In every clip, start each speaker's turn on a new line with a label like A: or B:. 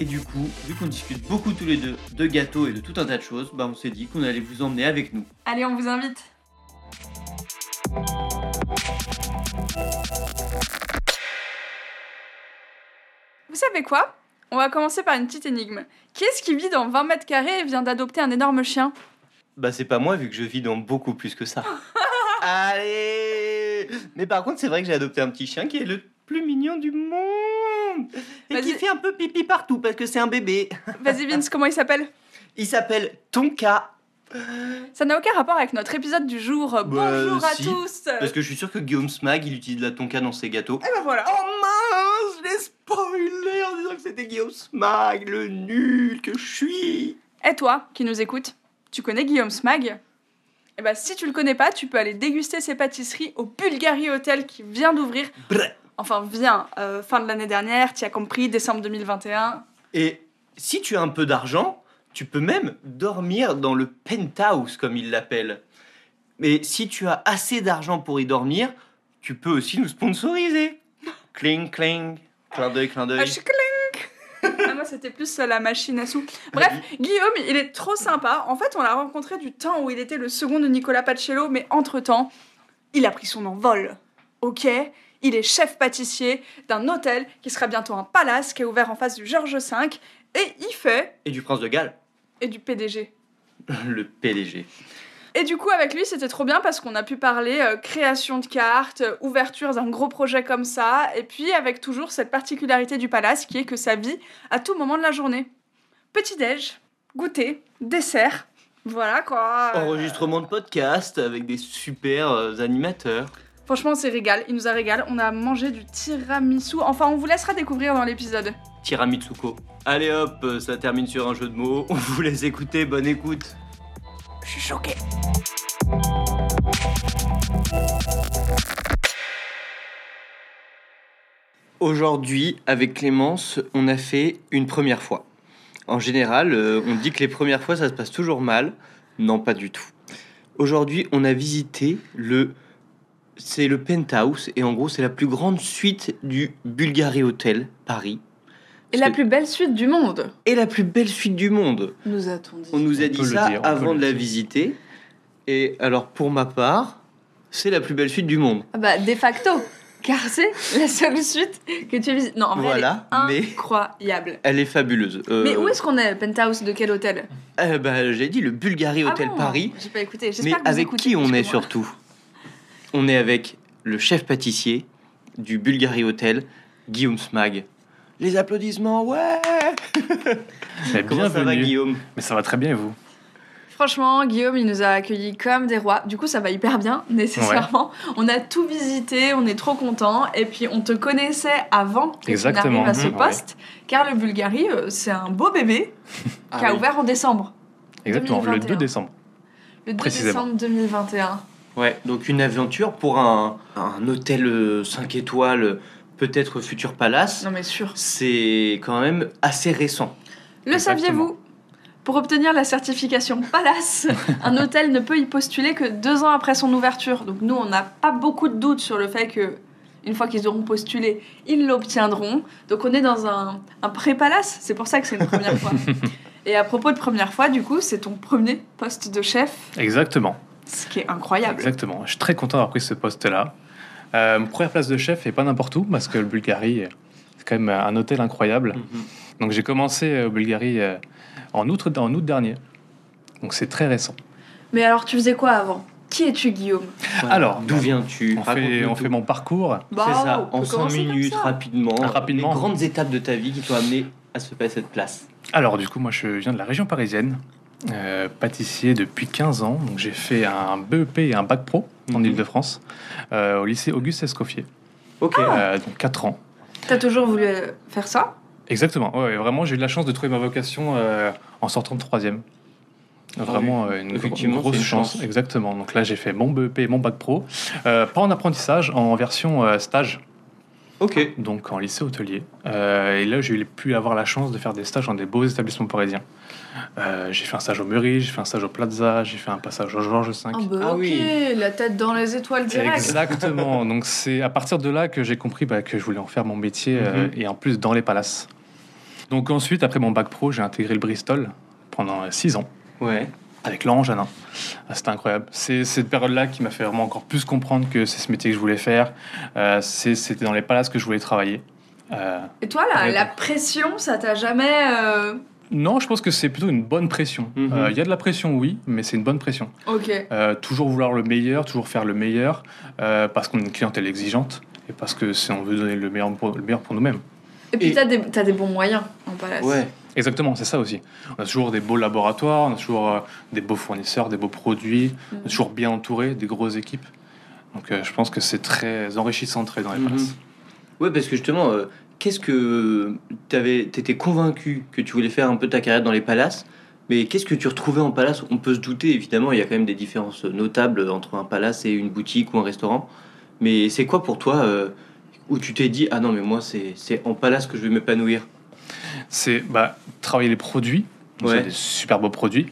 A: Et du coup, vu qu'on discute beaucoup tous les deux de gâteaux et de tout un tas de choses, bah on s'est dit qu'on allait vous emmener avec nous.
B: Allez, on vous invite. Vous savez quoi On va commencer par une petite énigme. Qui est-ce qui vit dans 20 mètres carrés et vient d'adopter un énorme chien
A: Bah c'est pas moi vu que je vis dans beaucoup plus que ça. Allez Mais par contre, c'est vrai que j'ai adopté un petit chien qui est le plus mignon du monde et qui
B: Vas-y.
A: fait un peu pipi partout parce que c'est un bébé.
B: Vas-y Vince, comment il s'appelle
A: Il s'appelle Tonka
B: Ça n'a aucun rapport avec notre épisode du jour. Bonjour à
A: Bah, si,
B: tous
A: parce que je suis sûr que Guillaume Smag il utilise de la Tonka dans ses gâteaux.
B: Eh ben voilà
A: Oh mince, je l'ai spoilé en disant que c'était Guillaume Smag, le nul que je suis.
B: Et Eh, toi, qui nous écoutes, tu connais Guillaume Smag Eh ben si tu le connais pas, tu peux aller déguster ses pâtisseries au Bulgari Hotel qui vient d'ouvrir.
A: Brrr.
B: Enfin, vient, euh, fin de l'année dernière, tu as compris, décembre 2021.
A: Et si tu as un peu d'argent, tu peux même dormir dans le penthouse comme ils l'appellent. Mais si tu as assez d'argent pour y dormir, tu peux aussi nous sponsoriser. Cling cling, clin d'œil, clin
B: Ah,
A: d'œil.
B: je suis clink. Ah, moi, c'était plus euh, la machine à sous. Bref, Guillaume, il est trop sympa. En fait, on l'a rencontré du temps où il était le second de Nicolas Pacello, mais entre-temps, il a pris son envol. Ok Il est chef pâtissier d'un hôtel qui sera bientôt un palace qui est ouvert en face du Georges V. Et il fait...
A: Et du prince de Galles,
B: Et du PDG.
A: le PDG.
B: Et du coup, avec lui, c'était trop bien parce qu'on a pu parler euh, création de cartes, euh, ouverture d'un gros projet comme ça, et puis avec toujours cette particularité du palace qui est que ça vit à tout moment de la journée. Petit-déj, goûter, dessert, voilà quoi. Euh,
A: Enregistrement de podcast avec des super euh, animateurs.
B: Franchement, on s'est régal, il nous a régal, on a mangé du tiramisu, enfin, on vous laissera découvrir dans l'épisode.
A: Tiramitsuko. Allez hop, euh, ça termine sur un jeu de mots. On vous laisse écouter, bonne écoute.
B: Je suis choquée.
A: Aujourd'hui, avec Clémence, on a fait une première fois. En général, euh, on dit que les premières fois, ça se passe toujours mal. Non, pas du tout. Aujourd'hui, on a visité le... C'est le penthouse, et en gros, c'est la plus grande suite du Bulgari Hotel, Paris.
B: Et la plus belle suite du monde,
A: Et la plus belle suite du monde.
B: nous a-t-on dit.
A: On nous a
C: On
A: dit
C: peut le
A: ça
C: dire, on peut
A: avant
C: le
A: de la
C: dire.
A: visiter. Et alors, pour ma part, c'est la plus belle suite du monde.
B: Ah Bah, de facto, car c'est la seule suite que tu visites. Non, en vrai,
A: Voilà,
B: elle est
A: mais-
B: incroyable.
A: Elle est fabuleuse. Euh,
B: Mais où est-ce qu'on est, Penthouse De quel hôtel
A: euh, bah, J'ai dit le Bulgari Hotel
B: Ah bon
A: Paris.
B: J'ai pas écouté.
A: Mais
B: J'espère que vous
A: avec
B: écoutez,
A: qui
B: parce
A: on
B: que
A: est
B: moi-
A: surtout On est avec le chef pâtissier du Bulgari Hotel, Guillaume Smag. Les applaudissements, ouais
C: Mais
A: Comment ça va,
C: bienvenue.
A: Guillaume
C: Mais ça va très bien et vous
B: Franchement, Guillaume, il nous a accueillis comme des rois. Du coup, ça va hyper bien, nécessairement. On a tout visité, on est trop contents. Et puis, on te connaissait avant que
C: Exactement.
B: tu n'arrives
A: Mmh,
B: à ce
C: Mhm.
B: poste. Car le Bulgarie, euh, c'est un beau bébé
A: Ah
B: qui a ouvert en décembre.
C: Exactement,
B: 2021.
C: le 2 décembre.
B: Le 2
C: Précisément.
B: décembre 2021.
A: Ouais, donc une aventure pour un, un hôtel 5 étoiles, euh, peut-être futur palace.
B: Non, mais sûr.
A: C'est quand même assez récent.
B: Le
C: Exactement.
B: saviez-vous Pour obtenir la certification Palace, un hôtel ne peut y postuler que deux ans après son ouverture. Donc nous, on n'a pas beaucoup de doutes sur le fait que une fois qu'ils auront postulé, ils l'obtiendront. Donc on est dans un, un pré-palace, c'est pour ça que c'est une première fois. Et à propos de première fois, du coup, c'est ton premier poste de chef,
C: Exactement.
B: ce qui est
D: Ah
B: incroyable.
C: Exactement. Je suis très content d'avoir pris ce poste-là. Euh, première place de chef et pas n'importe où, parce que le Bulgarie, euh, c'est quand même un hôtel
A: Mm.
C: incroyable. Donc j'ai commencé euh, au Bulgarie euh, en août, en août dernier. Donc c'est très récent.
B: Mais alors, tu faisais quoi avant Qui es-tu, Guillaume
A: Voilà.
C: Alors,
A: d'où
C: bah,
A: viens-tu
C: On fait,
A: Raconte-nous
C: on
A: tout.
C: fait mon parcours.
B: Bah,
A: C'est
B: on
A: ça,
B: peut
A: en 5
B: commencer comme
A: minutes,
B: ça.
A: rapidement,
C: Rapidement.
A: les grandes étapes de ta vie qui t'ont amené à se passer cette place.
C: Alors, du coup, moi, je viens de la région parisienne, euh, pâtissier depuis 15 ans. Donc, j'ai fait un BEP et un bac pro en
A: Mhm.
C: Ile-de-France, euh, au lycée Auguste Escoffier.
A: Ok.
B: Ah.
C: Euh, donc, 4 ans.
B: T'as toujours voulu euh, faire ça
C: Exactement. Ouais, ouais, vraiment, j'ai eu de la chance de trouver ma vocation euh, en sortant de troisième. Vraiment euh, une, gro-
A: Effectivement,
C: une grosse
A: c'est une
C: chance.
A: chance.
C: Exactement. Donc là, j'ai fait mon BEP, mon bac pro, euh, pas en apprentissage, en version euh, stage,
A: Ok.
C: donc en lycée hôtelier. Euh, et là, j'ai pu avoir la chance de faire des stages dans des beaux établissements parisiens. Euh, j'ai fait un stage au Murray, j'ai fait un stage au Plaza, j'ai fait un passage au Georges V.
B: Ah, bah,
A: Ah
B: ok,
A: oui.
B: la tête dans les étoiles direct.
C: Exactement. Donc c'est à partir de là que j'ai compris bah, que je voulais en faire mon métier euh,
A: Mhm.
C: et en plus dans les palaces. Donc ensuite, après mon bac pro, j'ai intégré le Bristol pendant euh, six ans
A: Ouais.
C: avec Laurent Janin. Ah, c'était incroyable. C'est cette période-là qui m'a fait vraiment encore plus comprendre que c'est ce métier que je voulais faire. Euh, c'est- C'était dans les palaces que je voulais travailler. Euh,
B: Et toi, la,
C: Ouais.
B: la pression, ça t'a jamais. euh,
C: non, je pense que c'est plutôt une bonne pression. Euh, Il
A: Mhm.
C: y a de la pression, oui, mais c'est une bonne pression.
B: Ok.
C: Euh, toujours vouloir le meilleur, toujours faire le meilleur, euh, parce qu'on a une clientèle exigeante et parce que si on veut donner le meilleur pour, le meilleur pour nous-mêmes.
B: Et puis
A: Et-
B: t'as des, t'as des bons moyens en palace.
A: Ouais.
C: Exactement, c'est ça aussi. On a toujours des beaux laboratoires, on a toujours euh, des beaux fournisseurs, des beaux produits,
B: Mm.
C: on est toujours bien entouré, des grosses équipes. Donc euh, je pense que c'est très enrichissant de travailler dans les
A: Mhm.
C: palaces.
A: Ouais, parce que justement, euh, qu'est-ce que t'avais, t'étais convaincu que tu voulais faire un peu ta carrière dans les palaces, mais qu'est-ce que tu retrouvais en palace On peut se douter, évidemment, il y a quand même des différences notables entre un palace et une boutique ou un restaurant. Mais c'est quoi pour toi euh, où tu t'es dit ah non mais moi c'est c'est en palace que je vais m'épanouir
C: C'est bah, travailler les produits, donc
A: Ouais.
C: c'est des super beaux produits.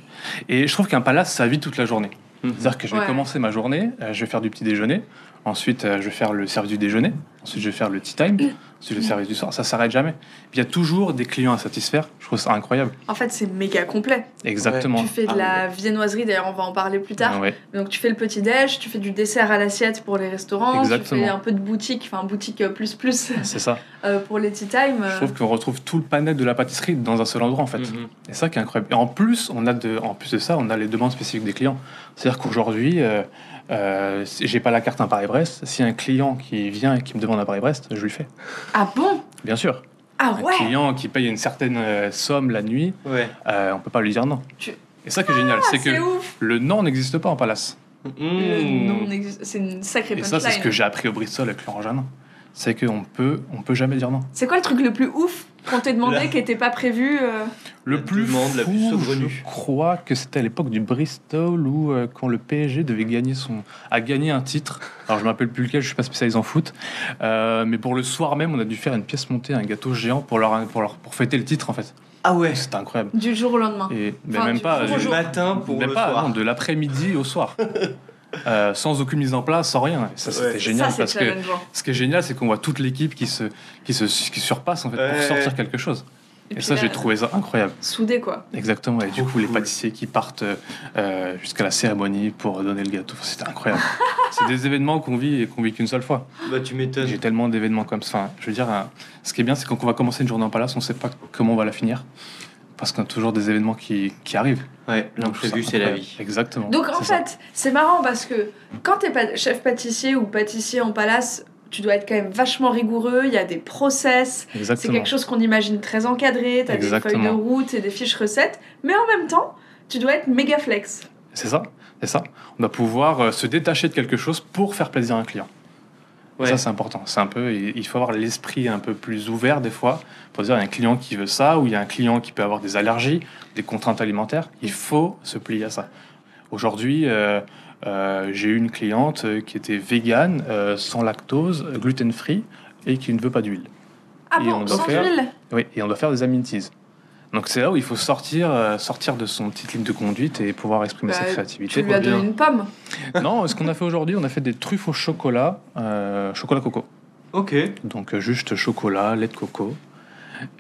C: Et je trouve qu'un palace, ça vit toute la journée. C'est-à-dire que je vais
B: Ouais.
C: commencer ma journée, euh, je vais faire du petit déjeuner, ensuite euh, je vais faire le service du déjeuner, ensuite je vais faire le tea time, ensuite le service du soir, ça s'arrête jamais. Puis il y a toujours des clients à satisfaire, je trouve ça incroyable.
B: En fait, c'est méga complet.
C: Exactement.
B: Tu fais de
A: Ah,
B: la viennoiserie, d'ailleurs, on va en parler plus tard.
C: Ouais.
B: Donc tu fais le petit déj, tu fais du dessert à l'assiette pour les restaurants,
C: Exactement.
B: tu fais un peu de boutique, enfin boutique euh, plus plus
C: C'est ça.
B: euh, pour les tea time.
C: Je trouve qu'on retrouve tout le panel de la pâtisserie dans un seul endroit en fait.
A: Mhm.
C: Et ça qui est incroyable. Et en plus, on a de, en plus de ça, on a les demandes spécifiques des clients. C'est-à-dire qu'aujourd'hui, euh, euh, si j'ai pas la carte à Paris-Brest. Si un client qui vient et qui me demande à Paris-Brest, je lui fais.
B: Ah bon
C: Bien sûr.
B: Ah
C: Un
B: ouais
C: client qui paye une certaine euh, somme la nuit,
A: Ouais.
C: euh, on peut pas lui dire non.
B: Tu-
C: Et ça qui est génial,
B: Ah,
C: c'est
B: C'est
C: que
B: ouf Euh,
C: le non n'existe pas en palace.
B: Le
A: Mmh.
B: nom n'existe- C'est une sacrée
C: Et ça,
B: punchline.
C: c'est ce que j'ai appris au Bristol avec Laurent Janin. C'est qu'on peut, on peut jamais dire non.
B: C'est quoi le truc le plus ouf qu'on t'ait demandé
A: Là.
B: qui était pas prévu euh,
C: Le
A: La
C: plus
A: demande la
C: fou,
A: plus
C: je
A: saugrenue.
C: crois que c'était à l'époque du Bristol où euh, quand le PSG devait gagner son a gagné un titre. Alors je m'appelle plus lequel, je suis pas spécialisé en foot, Euh, mais pour le soir même, on a dû faire une pièce montée, un gâteau géant pour leur pour leur pour fêter le titre en fait.
A: Ah ouais.
C: C'était incroyable.
B: du jour au lendemain
C: Et mais
B: Enfin,
C: même
B: du
C: pas
B: jour
A: Ah,
C: euh,
B: au
A: Du
B: Bonjour.
A: matin pour
C: même
A: le
C: pas,
A: soir.
C: non, de l'après-midi au soir. Euh, sans aucune mise en place, sans rien. Et ça c'était
A: Ouais.
C: génial
B: Ça,
C: parce
B: c'est hein.
C: que
B: challengeant.
C: ce qui est génial, c'est qu'on voit toute l'équipe qui se qui se qui surpasse en fait pour
A: Ouais.
C: sortir quelque chose. Et,
B: puis
C: ça,
B: là,
C: j'ai trouvé ça incroyable.
B: Soudé quoi.
C: Exactement, et du
A: Trop
C: coup, les
A: cool.
C: pâtissiers qui partent euh, euh, jusqu'à la cérémonie pour donner le gâteau, c'était incroyable. c'est des événements qu'on vit et qu'on vit qu'une seule fois.
A: Bah tu m'étonnes.
C: J'ai tellement d'événements comme ça. Enfin, je veux dire, euh, ce qui est bien, c'est quand on va commencer une journée en palace, on sait pas comment on va la finir. Parce qu'on a toujours des événements qui, qui arrivent.
A: Ouais.
C: Donc, je trouve
A: L'imprévu
C: ça
A: c'est la
C: incroyable.
A: vie.
C: Exactement.
B: Donc en
C: c'est ça.
B: fait, c'est marrant parce que quand t'es pa- chef pâtissier ou pâtissier en palace, tu dois être quand même vachement rigoureux, il y a des process, c'est
C: Exactement.
B: quelque chose qu'on imagine très encadré, t'as des
C: Exactement.
B: feuilles de route et des fiches recettes, mais en même temps, tu dois être méga flex.
C: C'est ça, c'est ça. On doit pouvoir euh, se détacher de quelque chose pour faire plaisir à un client. Et
A: Ouais.
C: Ça, c'est important. C'est un peu, il il faut avoir l'esprit un peu plus ouvert des fois pour dire il y a un client qui veut ça ou il y a un client qui peut avoir des allergies, des contraintes alimentaires. Il faut se plier à ça. Aujourd'hui, euh, euh, j'ai eu une cliente euh, qui était végane, euh, sans lactose, gluten free et qui ne veut pas d'huile.
B: Ah
C: Et on
B: bon,
C: doit
B: sans
C: faire-
B: huile
C: Oui, et on doit faire des amenities. Donc c'est là où il faut sortir, euh, sortir de son petite ligne de conduite et pouvoir exprimer
B: Bah,
C: sa créativité.
B: Tu lui as donné
A: bien.
B: une pomme.
C: Non, ce qu'on a fait aujourd'hui, on a fait des truffes au chocolat, euh, chocolat coco.
A: Ok.
C: Donc euh, juste chocolat, lait de coco.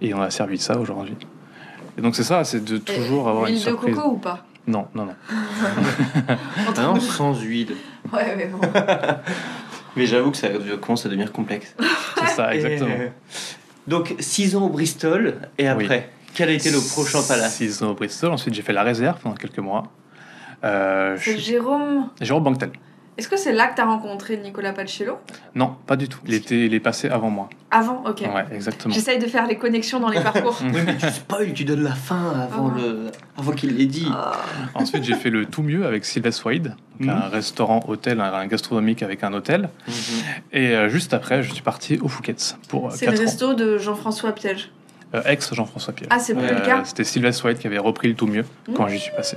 C: Et on a servi ça aujourd'hui. Et donc c'est ça, c'est de
B: Et
C: toujours avoir une
B: Huile de
C: surprise.
B: coco ou pas
C: Non, non, non.
B: Entre
A: Ah non
B: nous.
A: sans huile.
B: Ouais, mais bon.
A: Mais j'avoue que ça commence à devenir complexe.
C: C'est ça, exactement.
A: Et, euh, Donc 6 ans au Bristol et après, quel a été le prochain palace
C: Six ans au Bristol. Ensuite, j'ai fait la réserve pendant quelques mois. Euh, je
B: C'est
C: suis-
B: Jérôme.
C: Jérôme Banquetel.
B: Est-ce que c'est là que t'as rencontré Nicolas Pacello
C: Non, pas du tout. Il, était, il est passé avant moi.
B: Avant, ok.
C: Ouais, exactement.
B: J'essaye de faire les connexions dans les parcours.
A: Oui, mais tu spoil, tu donnes la fin avant
B: Ah.
A: le avant qu'il l'ait dit.
B: Ah.
C: Ensuite, j'ai fait le tout mieux avec Sylvestre Wade,
A: Mhm.
C: donc un restaurant hôtel, un, un gastronomique avec un hôtel.
A: Mhm.
C: Et euh, juste après, je suis parti au Fouquet's pour
B: C'est le
C: 4 Euh, ans.
B: resto de Jean-François Piège.
C: Euh, ex Jean-François Piel.
B: Ah, c'est plus
A: Ouais.
B: le cas Mhm.
C: C'était Sylvestre White qui avait repris le tout mieux quand j'y suis passé.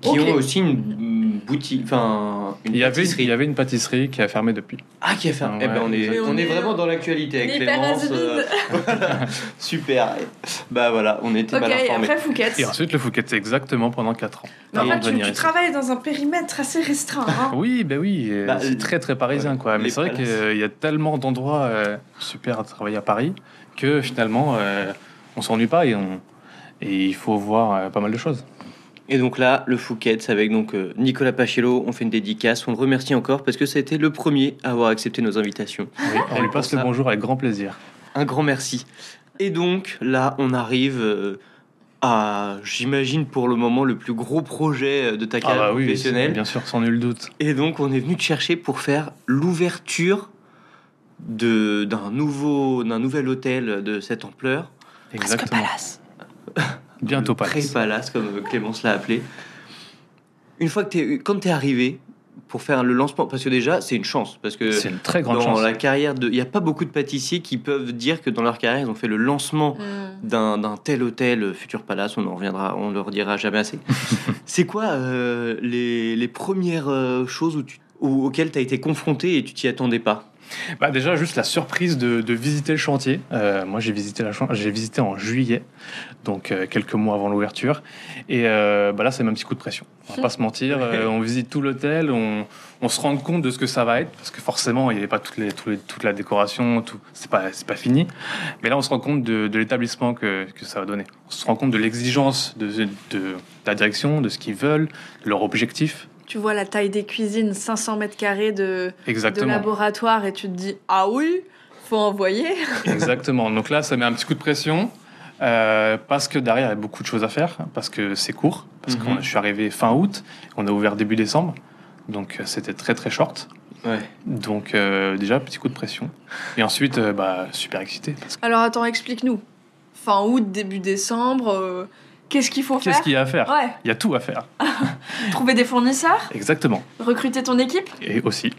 A: qui
B: Ok.
A: ont aussi une boutique, enfin une
C: Il y, avait,
A: pâtisserie.
C: il y avait une pâtisserie qui a fermé depuis.
A: Ah, qui a fait.
C: Ah,
A: Eh ben, on
C: ouais.
A: est,
B: Mais
A: on
B: on
A: est
B: est-
A: vraiment dans l'actualité avec
B: Hyper
A: Clémence. euh, super. Bah voilà, on était
B: Ok,
A: mal
B: et
A: informés.
B: après Fouquet.
C: Et ensuite, le Fouquet, c'est exactement pendant 4 ans.
B: Mais
C: Avant
B: enfin,
C: de
B: tu,
C: venir
B: tu
C: ici.
B: travailles dans un périmètre assez restreint. hein.
C: Oui, ben oui, euh,
A: Bah, les-
C: c'est très très parisien quoi.
A: les
C: Mais c'est vrai
A: palaces.
C: qu'il y a tellement d'endroits euh, super à travailler à Paris que finalement euh, on s'ennuie pas et, on, et il faut voir euh, pas mal de choses.
A: Et donc là, le Fouquet, c'est avec donc euh, Nicolas Pachello, on fait une dédicace, on le remercie encore parce que ça a été le premier à avoir accepté nos invitations.
C: on lui passe
A: pour
C: le
A: ça.
C: bonjour avec grand plaisir.
A: Un grand merci. Et donc là, on arrive euh, à, j'imagine pour le moment, le plus gros projet euh, de
C: Ah
A: ta
C: bah
A: carrière professionnelle.
C: bien sûr, sans nul doute.
A: Et donc, on est venu te chercher pour faire l'ouverture de- d'un nouveau, d'un nouvel hôtel de cette ampleur,
B: Presque
C: Exactement.
B: palace.
C: Bientôt
A: Le Pré
C: Palace.
A: Palace, comme euh, Clémence l'a appelé. Une fois que t'es, quand t'es arrivé pour faire le lancement, parce que déjà, c'est une chance, parce que
C: C'est une très grande
A: dans
C: chance.
A: la carrière de, il n'y a pas beaucoup de pâtissiers qui peuvent dire que dans leur carrière, ils ont fait le lancement
B: Hmm.
A: d'un d'un tel hôtel, euh, Futur Palace, on en reviendra, on le redira jamais assez. c'est quoi euh, les, les premières euh, choses où tu, où- auxquelles tu as été confronté et tu t'y attendais pas
C: Bah, déjà, juste la surprise de, de visiter le chantier. Euh, moi, j'ai visité, la chan- j'ai visité en juillet, donc euh, quelques mois avant l'ouverture. Et euh, bah, là, c'est même petit coup de pression. On va pas se mentir. euh, on visite tout l'hôtel, on, on se rend compte de ce que ça va être, parce que forcément, il n'y avait pas toutes les, tous les- toute la décoration, tout, c'est pas, c'est pas fini. Mais là, on se rend compte de, de l'établissement que, que ça va donner. On se rend compte de l'exigence de, de- de la direction, de ce qu'ils veulent, de leur objectif.
B: Tu vois la taille des cuisines, 500 mètres carrés de, de
C: Exactement.
B: laboratoire, et tu te dis Ah oui, faut envoyer.
C: Exactement. Donc là, ça met un petit coup de pression euh, parce que derrière, il y a beaucoup de choses à faire, parce que c'est court, parce
A: Mhm.
C: que je suis arrivé fin août, on a ouvert début décembre, donc euh, c'était très très short.
A: Ouais.
C: Donc euh, déjà, petit coup de pression. Et ensuite, euh, bah, super excité. parce que
B: Alors attends, explique-nous. Fin août, début décembre, euh, qu'est-ce qu'il faut
C: Qu'est-ce
B: faire
C: qu'il y a à faire
B: Ouais,
C: Il y a tout à faire.
B: trouver des fournisseurs,
C: Exactement.
B: recruter ton équipe.
C: Et aussi,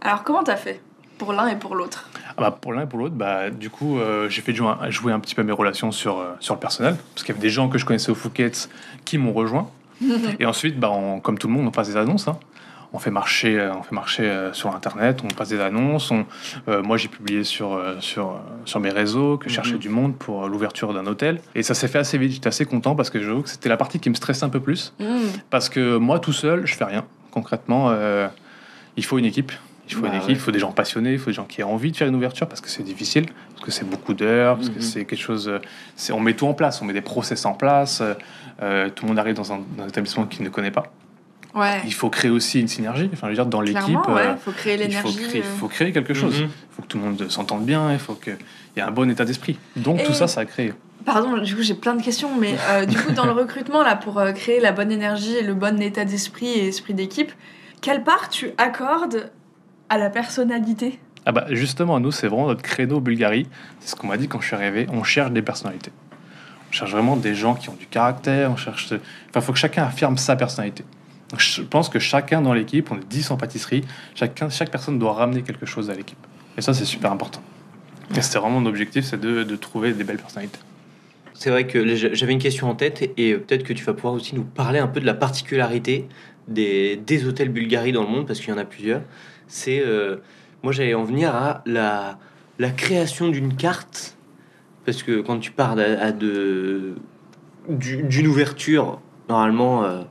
B: Alors comment t'as fait pour l'un et pour l'autre
C: ah bah, pour l'un et pour l'autre, bah, du coup, euh, j'ai fait jouer un, jouer un petit peu mes relations sur, euh, sur le personnel, parce qu'il y avait des gens que je connaissais au Fouquet's qui m'ont rejoint. Et ensuite, bah, on- comme tout le monde, on passe des annonces. hein. On fait marcher, euh, on fait marcher euh, sur Internet, on passe des annonces. on- euh, moi, j'ai publié sur, euh, sur, euh, sur mes réseaux que je cherchais
A: Mhm.
C: du monde pour euh, l'ouverture d'un hôtel. Et ça s'est fait assez vite. J'étais assez content parce que j'avoue que c'était la partie qui me stressait un peu plus.
B: Hmm.
C: Parce que moi, tout seul, je fais rien. Concrètement, euh, il faut une équipe. Il faut
A: Bah
C: une équipe,
A: ouais.
C: il faut des gens passionnés, il faut des gens qui aient envie de faire une ouverture parce que c'est difficile, parce que c'est beaucoup d'heures, parce
A: Mhm.
C: que c'est quelque chose. euh, c'est- on met tout en place, on met des process en place. euh, euh, tout le monde arrive dans un, dans un établissement qu'il ne connaît pas.
B: Ouais,
C: Il faut créer aussi une synergie. Enfin, je veux dire, dans l'équipe,
B: clairement,
C: euh,
B: ouais, faut créer
C: il, faut
B: l'énergie.
C: créer,
B: euh.
C: faut créer quelque chose. Il
A: Mhm.
C: faut que tout le monde s'entende bien. Il faut qu'il y ait un bon état d'esprit. Donc,
B: Et-
C: tout ça, ça a créé.
B: Pardon, du coup j'ai plein de questions, mais euh, du coup dans le recrutement là pour euh, créer la bonne énergie, et le bon état d'esprit et esprit d'équipe, quelle part tu accordes à la personnalité
C: Ah bah, justement, nous, c'est vraiment notre credo Bulgarie. C'est ce qu'on m'a dit quand je suis arrivé. On cherche des personnalités. On cherche vraiment des gens qui ont du caractère. On cherche. ce- Enfin, faut que chacun affirme sa personnalité. Donc, je pense que chacun dans l'équipe, on est 10 en pâtisserie, chacun, chaque personne doit ramener quelque chose à l'équipe. Et ça, c'est super important. Et c'était vraiment mon objectif, c'est de- de trouver des belles personnalités.
A: C'est vrai que là, j'a- j'avais une question en tête et euh, peut-être que tu vas pouvoir aussi nous parler un peu de la particularité des, des hôtels Bulgarie dans le monde parce qu'il y en a plusieurs. C'est euh, moi j'allais en venir à la, la création d'une carte parce que quand tu parles à, à de du- d'une ouverture normalement euh,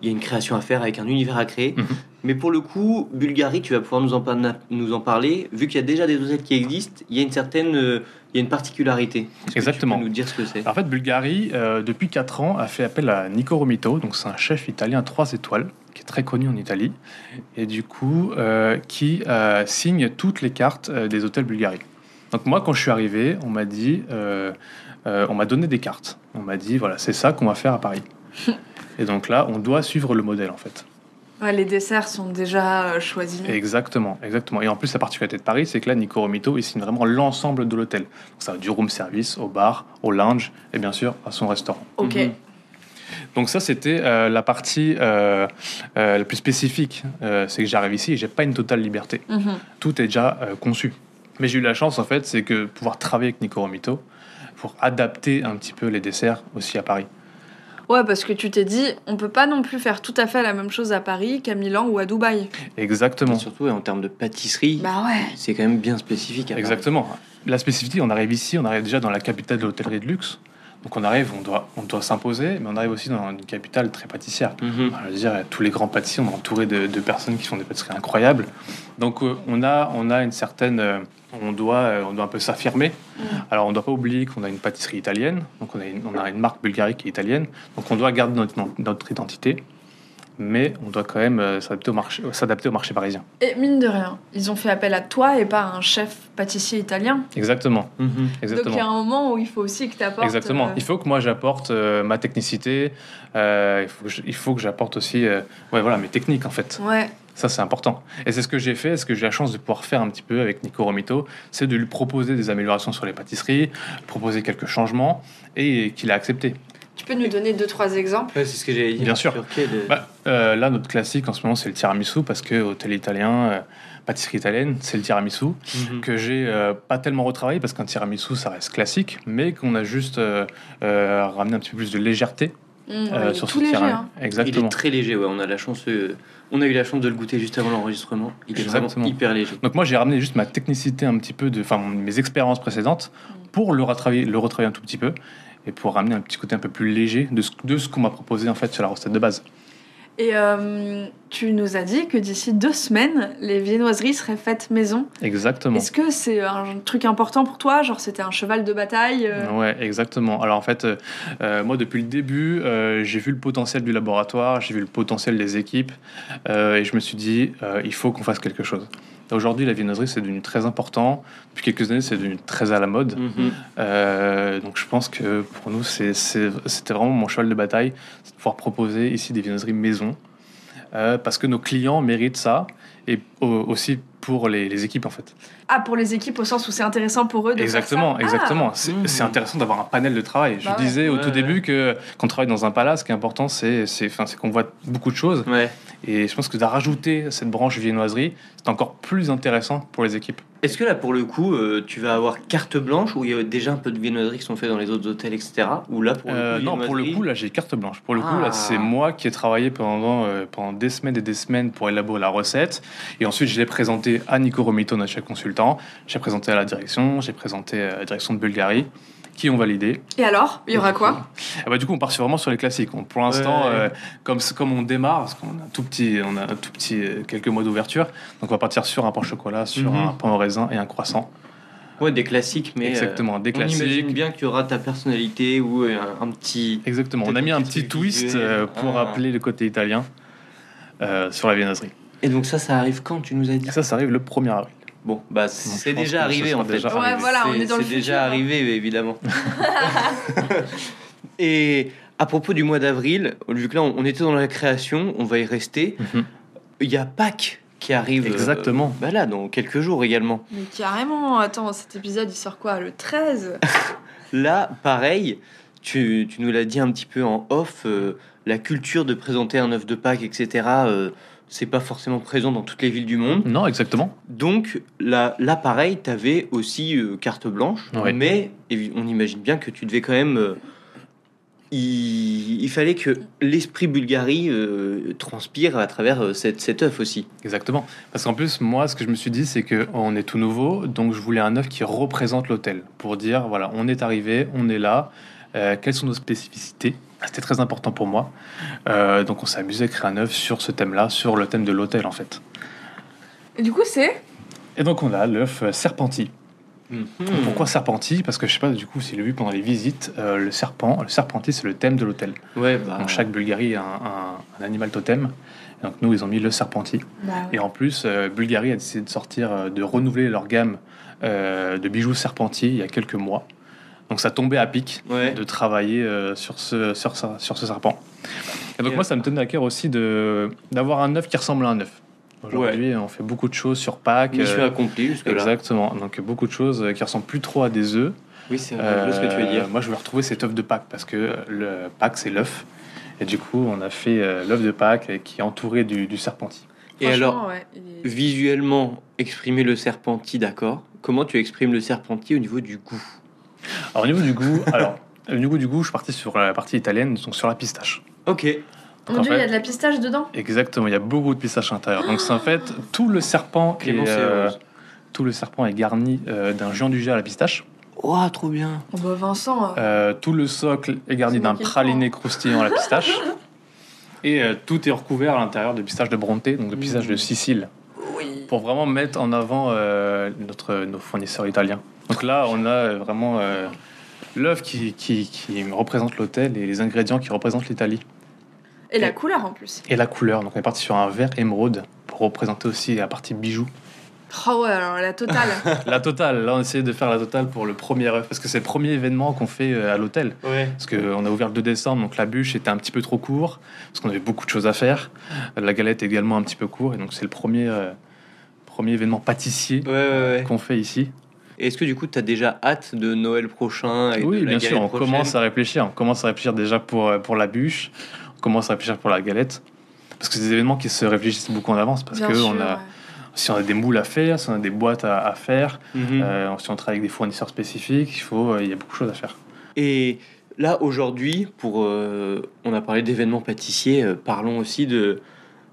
A: il y a une création à faire avec un univers à créer.
C: Mhm.
A: Mais pour le coup, Bulgarie, tu vas pouvoir nous en, par- nous en parler. Vu qu'il y a déjà des hôtels qui existent, il y a une certaine, euh, il y a une particularité. Est-ce que tu peux
C: Exactement.
A: nous dire ce que c'est.
C: En fait, Bulgarie, euh, depuis 4 ans, a fait appel à Nico Romito, donc c'est un chef italien 3 étoiles, qui est très connu en Italie, et du coup, euh, qui euh, signe toutes les cartes euh, des hôtels Bulgarie. Donc moi, quand je suis arrivé, on m'a dit, euh, euh, on m'a donné des cartes. On m'a dit, voilà, c'est ça qu'on va faire à Paris. et donc là, on doit suivre le modèle, en fait.
B: Ouais, les desserts sont déjà euh, choisis.
C: Exactement, exactement. Et en plus, la particularité de Paris, c'est que là, Nico Romito, il signe vraiment l'ensemble de l'hôtel. Donc ça va du room service au bar, au lounge, et bien sûr, à son restaurant.
B: Ok.
A: Mhm.
C: Donc ça, c'était euh, la partie euh, euh, la plus spécifique. Euh, c'est que j'arrive ici et j'ai pas une totale liberté.
B: Mhm.
C: Tout est déjà euh, conçu. Mais j'ai eu la chance, en fait, c'est que pouvoir travailler avec Nico Romito pour adapter un petit peu les desserts aussi à Paris.
B: Ouais, parce que tu t'es dit, on peut pas non plus faire tout à fait la même chose à Paris qu'à Milan ou à Dubaï.
A: Et
C: Exactement.
A: surtout, et en termes de pâtisserie,
B: Bah ouais.
A: c'est quand même bien spécifique. à Paris.
C: Exactement. La spécificité, on arrive ici, on arrive déjà dans la capitale de l'hôtellerie de luxe. Donc on arrive, on doit, on doit s'imposer, mais on arrive aussi dans une capitale très pâtissière.
A: Mhm.
C: Je veux dire, tous les grands pâtissiers, on est entouré de, de personnes qui font des pâtisseries incroyables. Donc euh, on a, on a une certaine, euh, on doit, euh, on doit un peu s'affirmer.
B: Mm.
C: Alors on ne doit pas oublier qu'on a une pâtisserie italienne, donc on a une, on a une marque bulgarie qui est italienne, donc on doit garder notre, notre identité, mais on doit quand même euh, s'adapter au marché, s'adapter au marché parisien.
B: Et mine de rien, ils ont fait appel à toi et pas à un chef pâtissier italien.
C: Exactement,
A: Mhm.
C: exactement.
B: Donc il y a un moment où il faut aussi que tu apportes.
C: Exactement. Il faut que moi j'apporte euh, ma technicité. euh, il, faut que je- il faut que j'apporte aussi, euh, ouais, voilà, mes techniques en fait.
B: Ouais.
C: Ça, c'est important. Et c'est ce que j'ai fait, ce que j'ai la chance de pouvoir faire un petit peu avec Nico Romito, c'est de lui proposer des améliorations sur les pâtisseries, proposer quelques changements, et qu'il a accepté.
B: Tu peux nous donner deux, trois exemples
A: Ouais, c'est ce que j'avais dit.
C: Bien sûr.
A: Sur quel, euh,
C: Bah, euh, là, notre classique en ce moment, c'est le tiramisu, parce que hôtel italien, euh, pâtisserie italienne, c'est le tiramisu,
A: mhm.
C: que j'ai euh, pas tellement retravaillé, parce qu'un tiramisu, ça reste classique, mais qu'on a juste euh, euh, ramené un petit peu plus de légèreté
B: Mmh,
C: euh,
B: il est
C: sur
B: tout
C: ce
B: léger.
C: tiramisu.
B: hein.
A: Il
C: Exactement.
A: est très léger, ouais. On a la chance, euh, on a eu la chance de le goûter juste avant l'enregistrement. Il est
C: Exactement.
A: vraiment hyper léger.
C: Donc moi j'ai ramené juste ma technicité un petit peu de, enfin mes expériences précédentes
B: Mm.
C: pour le retravailler, le retravailler un tout petit peu et pour ramener un petit côté un peu plus léger de ce, de ce qu'on m'a proposé en fait sur la recette de base.
B: Et euh, tu nous as dit que d'ici deux semaines, les viennoiseries seraient faites maison.
C: Exactement.
B: Est-ce que c'est un truc important pour toi Genre, c'était un cheval de bataille euh,
C: Ouais, exactement. Alors en fait, euh, euh, moi depuis le début, euh, j'ai vu le potentiel du laboratoire, j'ai vu le potentiel des équipes, euh, et je me suis dit, euh, il faut qu'on fasse quelque chose. Aujourd'hui, la viennoiserie, c'est devenu très important. Depuis quelques années, c'est devenu très à la mode.
A: Mhm.
C: Euh, donc je pense que pour nous, c'est- c'est- c'était vraiment mon cheval de bataille, c'est de pouvoir proposer ici des viennoiseries maison, euh, parce que nos clients méritent ça, et au- aussi pour les, les équipes en fait.
B: Ah, pour les équipes, au sens où c'est intéressant pour eux de
C: Exactement,
B: faire ça. Ah,
C: exactement. C'est
A: Mmh.
C: c'est intéressant d'avoir un panel de travail. Je
B: Bah ouais.
C: disais au
A: Ouais,
C: tout
A: ouais.
C: début que quand on travaille dans un palace, ce qui est important, c'est c'est- enfin, c'est qu'on voit beaucoup de choses,
A: Ouais.
C: et je pense que de rajouter cette branche viennoiserie, c'est encore plus intéressant pour les équipes.
A: Est-ce que là, pour le coup, euh, tu vas avoir carte blanche ou il y a déjà un peu de viennoiserie qui sont faites dans les autres hôtels, etc. Ou là, pour le coup,
C: Euh, non, pour le
A: viennoiserie-
C: coup, là, j'ai carte blanche. Pour le coup,
A: Ah.
C: là, c'est moi qui ai travaillé pendant, euh, pendant des semaines et des semaines pour élaborer la recette. Et ensuite, je l'ai présenté à Nico Romito, notre chef consultant. J'ai présenté à la direction, j'ai présenté à la direction de Bulgarie, qui ont validé.
B: Et alors, il y aura quoi
C: Ah bah, du coup, on part sur- vraiment sur les classiques. On- pour l'instant,
A: Ouais.
C: euh, comme, comme on démarre, parce qu'on a un tout petit, on a un tout petit euh, quelques mois d'ouverture, donc on va partir sur un pain au chocolat, sur
A: Mhm.
C: un pain au raisin et un croissant.
A: Ouais, des classiques, mais. euh,
C: Exactement, des
A: on
C: classiques.
A: imagine bien qu'il y aura ta personnalité ou euh, un, un petit.
C: Exactement. On a mis un petit
A: Peut-être un petit
C: twist
A: visuel.
C: euh, pour
A: Ah.
C: rappeler le côté italien euh, sur la viennoiserie.
A: Et donc, ça, ça arrive quand tu nous as dit
C: Et ça, ça arrive le 1er avril.
A: Bon, bah,
C: Donc,
A: c'est
C: je
A: déjà
C: pense que ce
A: arrivé
C: sera
A: en fait.
C: déjà
B: Ouais,
C: arrivé.
B: voilà, on est dans le
A: C'est
B: futur. hein.
A: déjà arrivé, évidemment. Et à propos du mois d'avril, vu que là, on on était dans la création, on va y rester.
C: Mhm.
A: Il y a Pâques qui arrive. euh,
C: Exactement.
A: bah là, dans quelques jours également.
B: Mais carrément, attends, cet épisode, il sort quoi Le 13
A: Là, pareil, tu, tu nous l'as dit un petit peu en off, euh, la culture de présenter un œuf de Pâques, etc., euh, c'est pas forcément présent dans toutes les villes du monde.
C: Non, exactement.
A: Donc là, là pareil, tu avais aussi euh, carte blanche,
C: Ouais.
A: mais évi- on imagine bien que tu devais quand même... euh, il, il fallait que l'esprit Bulgarie euh, transpire à travers euh, cette, cet œuf aussi.
C: Exactement. Parce qu'en plus, moi, ce que je me suis dit, c'est que on est tout nouveau, donc je voulais un œuf qui représente l'hôtel pour dire voilà, on est arrivé, on est là, euh, quelles sont nos spécificités. Ah, C'était très important pour moi. Euh, donc on s'est amusé à créer un œuf sur ce thème-là, sur le thème de l'hôtel en fait.
B: Et du coup, c'est
C: Et donc on a l'œuf euh, serpenti. Mhm.
A: Hmm.
C: Pourquoi serpenti Parce que je sais pas du coup si le vu pendant les visites, euh, le serpent, le serpenti, c'est le thème de l'hôtel.
A: Ouais, bah,
C: Donc chaque Bulgarie a un, un- un animal totem. Et donc nous, ils ont mis le serpenti.
B: Bah
C: Et en plus, euh, Bulgarie a décidé de sortir, euh, de renouveler leur gamme euh, de bijoux serpentiers il y a quelques mois. Donc ça tombait à pic
A: ouais.
C: de travailler euh, sur, ce, sur, ça- sur ce serpent. Et donc
A: Et-
C: moi, ça me tenait à cœur aussi de, d'avoir un œuf qui ressemble à un œuf. Aujourd'hui, on fait beaucoup de choses sur Pâques.
A: Mission
C: euh,
A: accomplie jusque-là.
C: Exactement, donc beaucoup de choses euh, qui ressemblent plus trop à des œufs.
A: Oui, c'est
C: Euh,
A: ce que tu veux dire.
C: Moi, je voulais retrouver cet œuf de Pâques parce que euh, le Pâques, c'est l'œuf. Et du coup, on a fait euh, l'œuf de Pâques euh, qui est entouré du, du serpentier.
A: Et alors,
B: euh,
A: visuellement, exprimer le serpenti, d'accord. Comment tu exprimes le serpenti au niveau du goût
C: Alors, au niveau du goût, alors, Euh, Du coup, du coup, je suis parti sur la partie italienne, donc sur la pistache.
A: Ok.
C: Donc,
B: Mon
C: en
B: dieu, il y
C: fait-
B: a de la pistache dedans.
C: Exactement, il y a beaucoup de pistache à l'intérieur. Donc c'est en fait tout le serpent est,
A: Clément, c'est
C: euh,
A: rose.
C: tout le serpent est garni euh, d'un géant du gel à la pistache.
A: Ouah, trop bien.
B: Oh bah Vincent, euh,
C: Euh, tout le socle est garni
B: C'est
C: d'un
B: moi qui le
C: praliné croustillant à la pistache. Et euh, tout est recouvert à l'intérieur de pistache de Bronte, donc de pistache de Sicile,
B: Mm. oui.
C: pour vraiment mettre en avant euh, notre, nos fournisseurs italiens. Donc là, on a euh, vraiment euh, l'œuf qui, qui, qui représente l'hôtel et les ingrédients qui représentent l'Italie.
B: Et la couleur en plus.
C: Et la couleur, donc on est parti sur un vert émeraude pour représenter aussi la partie bijoux.
B: Oh ouais, alors la totale.
C: La totale, là on essayait de faire la totale pour le premier œuf, parce que c'est le premier événement qu'on fait euh, à l'hôtel.
A: Ouais.
C: Parce qu'on a ouvert le 2 décembre, donc la bûche était un petit peu trop court, parce qu'on avait beaucoup de choses à faire. La galette est également un petit peu court, et donc c'est le premier, euh, premier événement pâtissier
A: Ouais, ouais, ouais.
C: qu'on fait ici.
A: Et Est-ce que du coup, t'as déjà hâte de Noël prochain et de
C: oui,
A: la
C: bien sûr,
A: galette
C: on
A: prochaine
C: commence à réfléchir. On commence à réfléchir déjà pour, euh, pour la bûche, on commence à réfléchir pour la galette. Parce que c'est des événements qui se réfléchissent beaucoup en avance, parce
B: Bien
C: que
B: sûr,
C: on a,
B: ouais.
C: si on a des moules à faire, si on a des boîtes à, à faire,
A: Mhm.
C: euh, si on travaille avec des fournisseurs spécifiques, il, faut, euh, il y a beaucoup de choses à faire.
A: Et là, aujourd'hui, pour, euh, on a parlé d'événements pâtissiers, euh, parlons aussi de,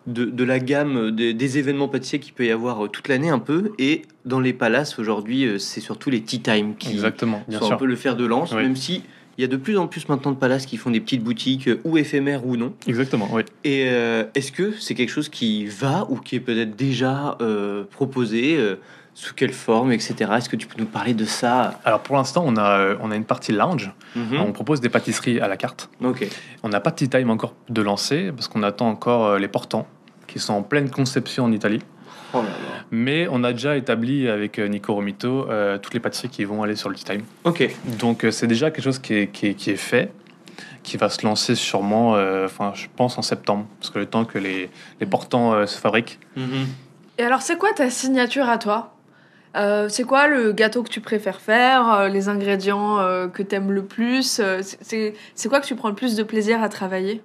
A: de, de la gamme euh, des, des événements pâtissiers qu'il peut y avoir euh, toute l'année un peu. Et dans les palaces, aujourd'hui, euh, c'est surtout les tea time qui
C: Exactement, bien
A: sont un
C: sûr.
A: peu le fer de lance,
C: Oui.
A: même si il y a de plus en plus maintenant de palaces qui font des petites boutiques, euh, ou éphémères ou non.
C: Exactement, oui.
A: Et euh, est-ce que c'est quelque chose qui va ou qui est peut-être déjà euh, proposé euh, sous quelle forme, etc. Est-ce que tu peux nous parler de ça
C: Alors pour l'instant, on a, euh, on a une partie lounge.
A: Hmm.
C: On propose des pâtisseries à la carte.
A: Ok.
C: On n'a pas de tea time encore de lancer parce qu'on attend encore euh, les portants qui sont en pleine conception en Italie.
A: Oh là là.
C: Mais on a déjà établi avec euh, Nico Romito euh, toutes les pâtisseries qui vont aller sur le tea time.
A: Ok.
C: Donc euh, c'est déjà quelque chose qui est, qui est- qui est fait, qui va se lancer sûrement, euh, enfin je pense en septembre, parce que le temps que les, les portants euh, se fabriquent.
A: Mhm.
B: Et alors, c'est quoi ta signature à toi Euh, C'est quoi le gâteau que tu préfères faire euh, Les ingrédients euh, que t'aimes le plus euh, c'est- C'est c'est quoi que tu prends le plus de plaisir à travailler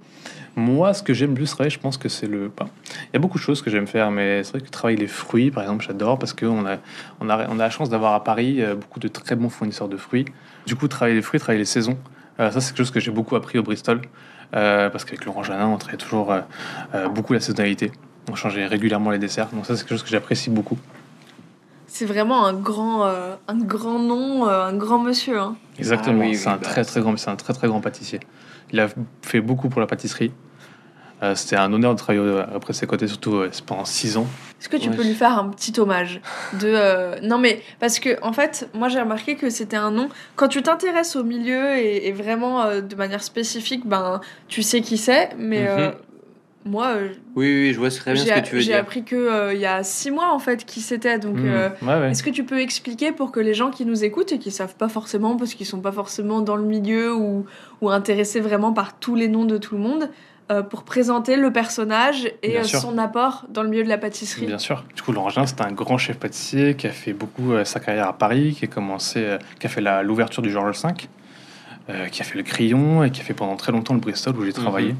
C: Moi, ce que j'aime le plus travailler, je pense que c'est le pain. Il y a beaucoup de choses que j'aime faire, mais c'est vrai que travailler les fruits, par exemple, j'adore parce qu'on a, on a, on a la chance d'avoir à Paris euh, beaucoup de très bons fournisseurs de fruits. Du coup, travailler les fruits, travailler les saisons, euh, ça, c'est quelque chose que j'ai beaucoup appris au Bristol euh, parce qu'avec Laurent Janin, on travaille toujours euh, euh, beaucoup la saisonnalité. On changeait régulièrement les desserts, donc ça, c'est quelque chose que j'apprécie beaucoup.
B: C'est vraiment un grand, euh, un grand nom, euh, un grand monsieur. hein.
C: Exactement,
A: Ah oui,
C: c'est
A: oui,
C: un
A: bah,
C: très très grand, c'est un très très grand pâtissier. Il a fait beaucoup pour la pâtisserie. Euh, C'était un honneur de travailler euh, après ses côtés, surtout euh, pendant six ans.
B: Est-ce que tu
A: Ouais.
B: peux lui faire un petit hommage de euh, Non, mais parce que en fait, moi j'ai remarqué que c'était un nom. Quand tu t'intéresses au milieu et, et vraiment euh, de manière spécifique, ben tu sais qui c'est. Mais
A: Mhm.
B: euh, moi, euh,
A: Oui, oui, je vois très bien ce
B: J'ai
A: que tu veux
B: j'ai
A: dire.
B: appris que euh, il y a six mois en fait qui c'était. Donc,
C: Mm.
B: euh,
C: Ouais, ouais.
B: est-ce que tu peux expliquer pour que les gens qui nous écoutent et qui savent pas forcément parce qu'ils sont pas forcément dans le milieu ou, ou intéressés vraiment par tous les noms de tout le monde, euh, pour présenter le personnage et
C: Bien
B: euh,
C: sûr.
B: son apport dans le milieu de la pâtisserie.
C: Bien sûr. Du coup, Laurent Genin, c'est un grand chef pâtissier qui a fait beaucoup euh, sa carrière à Paris, qui a commencé, euh, qui a fait la- l'ouverture du Georges V, euh, qui a fait le Crillon et qui a fait pendant très longtemps le Bristol où j'ai travaillé.
B: Mhm.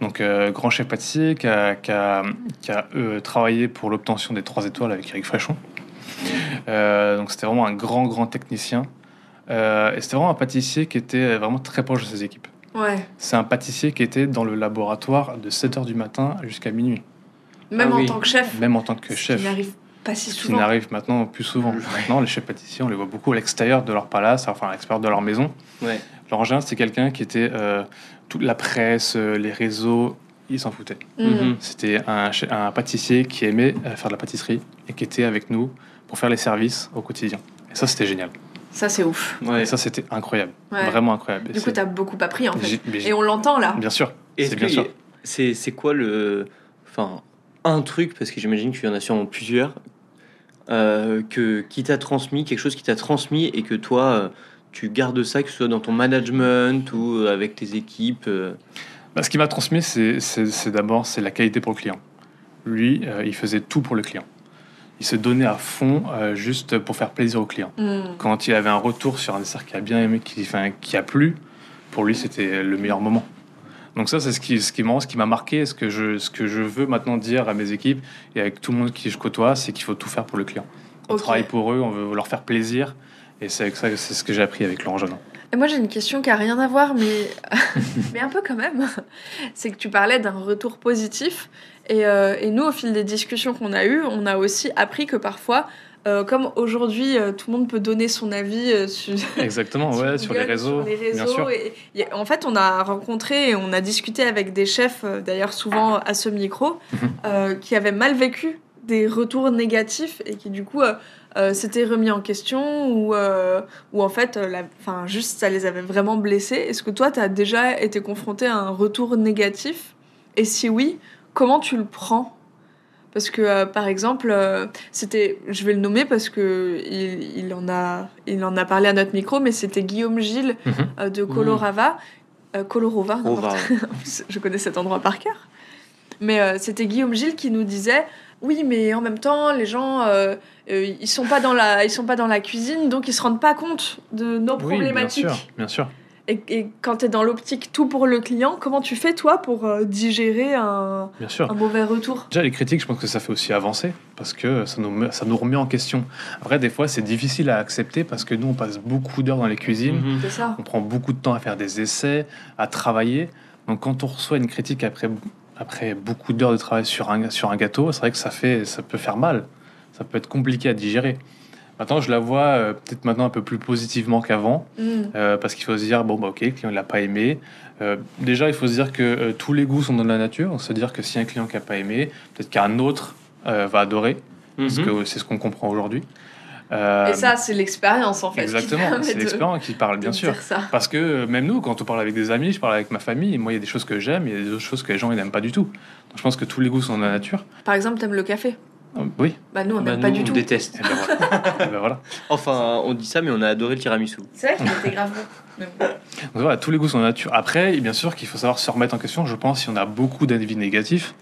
C: Donc, euh, grand chef pâtissier qui a, qui a- qui a, euh, travaillé pour l'obtention des trois étoiles avec Eric Fréchon. Euh, donc, c'était vraiment un grand, grand technicien. Euh, et c'était vraiment un pâtissier qui était euh, vraiment très proche de ses équipes.
B: Ouais.
C: C'est un pâtissier qui était dans le laboratoire de 7h du matin jusqu'à minuit,
B: Même
A: Ah
B: en
A: oui.
B: tant que chef.
C: même en tant que
B: ce
C: chef.
B: Qui n'arrive pas si
C: Ce qui
B: souvent.
C: n'arrive maintenant plus souvent.
A: Ouais.
C: Maintenant, les chefs pâtissiers, on les voit beaucoup à l'extérieur de leur palace, enfin à l'extérieur de leur maison.
A: Ouais.
C: Laurent Genin, c'est quelqu'un qui était. euh, toute la presse, euh, les réseaux, il s'en foutait.
B: Mm.
A: Mhm.
C: C'était un, che- un pâtissier qui aimait euh, faire de la pâtisserie et qui était avec nous pour faire les services au quotidien. Et ça, c'était génial.
B: Ça, c'est ouf.
A: Ouais.
C: Et ça, c'était incroyable.
B: Ouais.
C: Vraiment incroyable. Et
B: Du coup,
C: c'est-
B: t'as beaucoup appris en fait.
C: j'ai- mais j'ai-
B: Et on l'entend là.
C: Bien sûr.
A: Est-ce
C: C'est
A: que
C: bien sûr.
A: C'est c'est quoi le. Enfin, un truc, parce que j'imagine qu'il y en a sûrement plusieurs, euh, que, qui t'a transmis, quelque chose qui t'a transmis et que toi, euh, tu gardes ça, que ce soit dans ton management ou euh, avec tes équipes. euh.
C: Bah, ce qui m'a transmis, c'est- c'est c'est d'abord c'est la qualité pour le client. Lui, euh, il faisait tout pour le client. Il se donnait à fond euh, juste pour faire plaisir au client.
B: Mm.
C: Quand il avait un retour sur un dessert qui a bien aimé, qui, enfin, qui a plu, pour lui, c'était le meilleur moment. Donc ça, c'est ce qui, ce qui est marrant, ce qui m'a marqué, ce que, je, ce que je veux maintenant dire à mes équipes et avec tout le monde qui je côtoie, c'est qu'il faut tout faire pour le client. On
B: Ok.
C: travaille pour eux, on veut leur faire plaisir. Et c'est avec ça que- c'est ce que j'ai appris avec Laurent Jeannin.
B: Et Et moi, j'ai une question qui a rien à voir, mais, mais un peu quand même. C'est que tu parlais d'un retour positif. Et, euh, et nous, au fil des discussions qu'on a eues, on a aussi appris que parfois, euh, comme aujourd'hui, euh, tout le monde peut donner son avis euh, sur,
C: Exactement,
B: sur
C: ouais, sur les
B: Google,
C: réseaux.
B: sur les
C: Bien
B: réseaux,
C: sûr.
B: et- et- et en fait, on a rencontré et on a discuté avec des chefs, euh, d'ailleurs souvent à ce micro,
C: Mhm.
B: euh, qui avaient mal vécu des retours négatifs et qui du coup euh, euh, s'étaient remis en question ou, euh, ou en fait, euh, la, enfin, juste ça les avait vraiment blessés. Est-ce que toi, tu as déjà été confronté à un retour négatif Et si oui, comment tu le prends parce que, euh, par exemple, euh, c'était, je vais le nommer parce que il, il en a, il en a parlé à notre micro, mais c'était Guillaume Gilles
C: Mhm. Mm.
B: euh, de Colorava, euh, Colorova,
A: On
B: n'importe
A: va.
B: je connais cet endroit par cœur. Mais euh, c'était Guillaume Gilles qui nous disait oui, mais en même temps, les gens, euh, euh, ils sont pas dans la, ils sont pas dans la cuisine, donc ils se rendent pas compte de nos
C: Oui, bien
B: problématiques.
C: sûr, bien sûr.
B: et, et quand tu es dans l'optique tout pour le client, comment tu fais toi pour euh, digérer un,
C: Bien sûr.
B: un mauvais retour
C: Déjà, les critiques, je pense que ça fait aussi avancer parce que ça nous, met- ça nous remet en question. Après, des fois, c'est difficile à accepter parce que nous, on passe beaucoup d'heures dans les cuisines,
A: Mhm.
B: C'est ça.
C: on prend beaucoup de temps à faire des essais, à travailler. Donc, quand on reçoit une critique après, après beaucoup d'heures de travail sur un, sur un gâteau, c'est vrai que ça, fait, ça peut faire mal. Ça peut être compliqué à digérer. Maintenant, je la vois euh, peut-être maintenant un peu plus positivement qu'avant.
B: Mm.
C: Euh, parce qu'il faut se dire, bon, bah, ok, le client ne l'a pas aimé. Euh, déjà, il faut se dire que euh, tous les goûts sont dans la nature. On se dire que si un client qui n'a pas aimé, peut-être qu'un autre euh, va adorer, parce
A: Mhm.
C: que c'est ce qu'on comprend aujourd'hui. Euh,
B: Et ça, c'est l'expérience en fait. qui
C: exactement,
B: permet
C: c'est
B: de-
C: l'expérience qui parle,
B: de
C: bien sûr.
B: dire ça.
C: Parce que euh, même nous, quand on parle avec des amis, je parle avec ma famille, et moi, il y a des choses que j'aime, il y a des autres choses que les gens ils n'aiment pas du tout. Donc, je pense que tous les goûts sont dans la nature.
B: Par exemple, t'aimes le café
C: Euh, oui,
B: Bah nous, on
A: Bah,
B: n'aime
A: nous,
B: pas du
A: on
B: tout.
A: déteste.
C: et ben voilà. Eh ben voilà.
A: Enfin, on dit ça, mais on a adoré le tiramisu.
B: C'est vrai qu'il était grave bon. Mais bon.
C: Donc voilà, tous les goûts sont de nature. Après, bien sûr qu'il faut savoir se remettre en question. Je pense si on a beaucoup d'avis négatifs,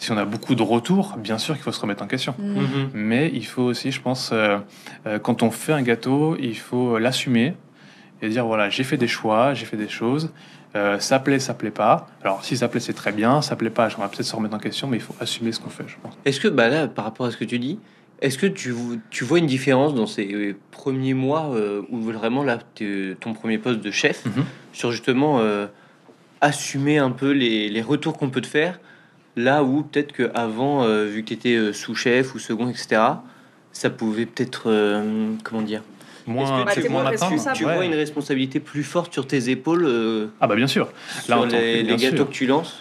C: si on a beaucoup de retours, bien sûr qu'il faut se remettre en question.
B: Mm.
C: Mais il faut aussi, je pense, euh, euh, quand on fait un gâteau, il faut l'assumer et dire voilà, j'ai fait des choix, j'ai fait des choses. euh, ça plaît, ça plaît pas. Alors si ça plaît, c'est très bien. Ça plaît pas, on va peut-être se remettre en question, mais il faut assumer ce qu'on fait, je pense.
A: Est-ce que, bah là, par rapport à ce que tu dis, est-ce que tu, tu vois une différence dans ces euh, premiers mois euh, où vraiment là, t'es- ton premier poste de chef,
C: Mhm.
A: sur justement euh, assumer un peu les, les retours qu'on peut te faire, là où peut-être qu'avant, vu que tu étais sous-chef ou second, etc., ça pouvait peut-être, euh, comment dire,
C: Moins,
A: Est-ce que
C: peut-être
A: tu,
B: Bah, moins
A: vois-
B: responsable
C: atteindre,
A: tu
C: ouais.
A: vois une responsabilité plus forte sur tes épaules euh,
C: Ah bah bien sûr. Là, en
A: sur
C: tant que-
A: les, les
C: bien
A: gâteaux
C: sûr.
A: que tu lances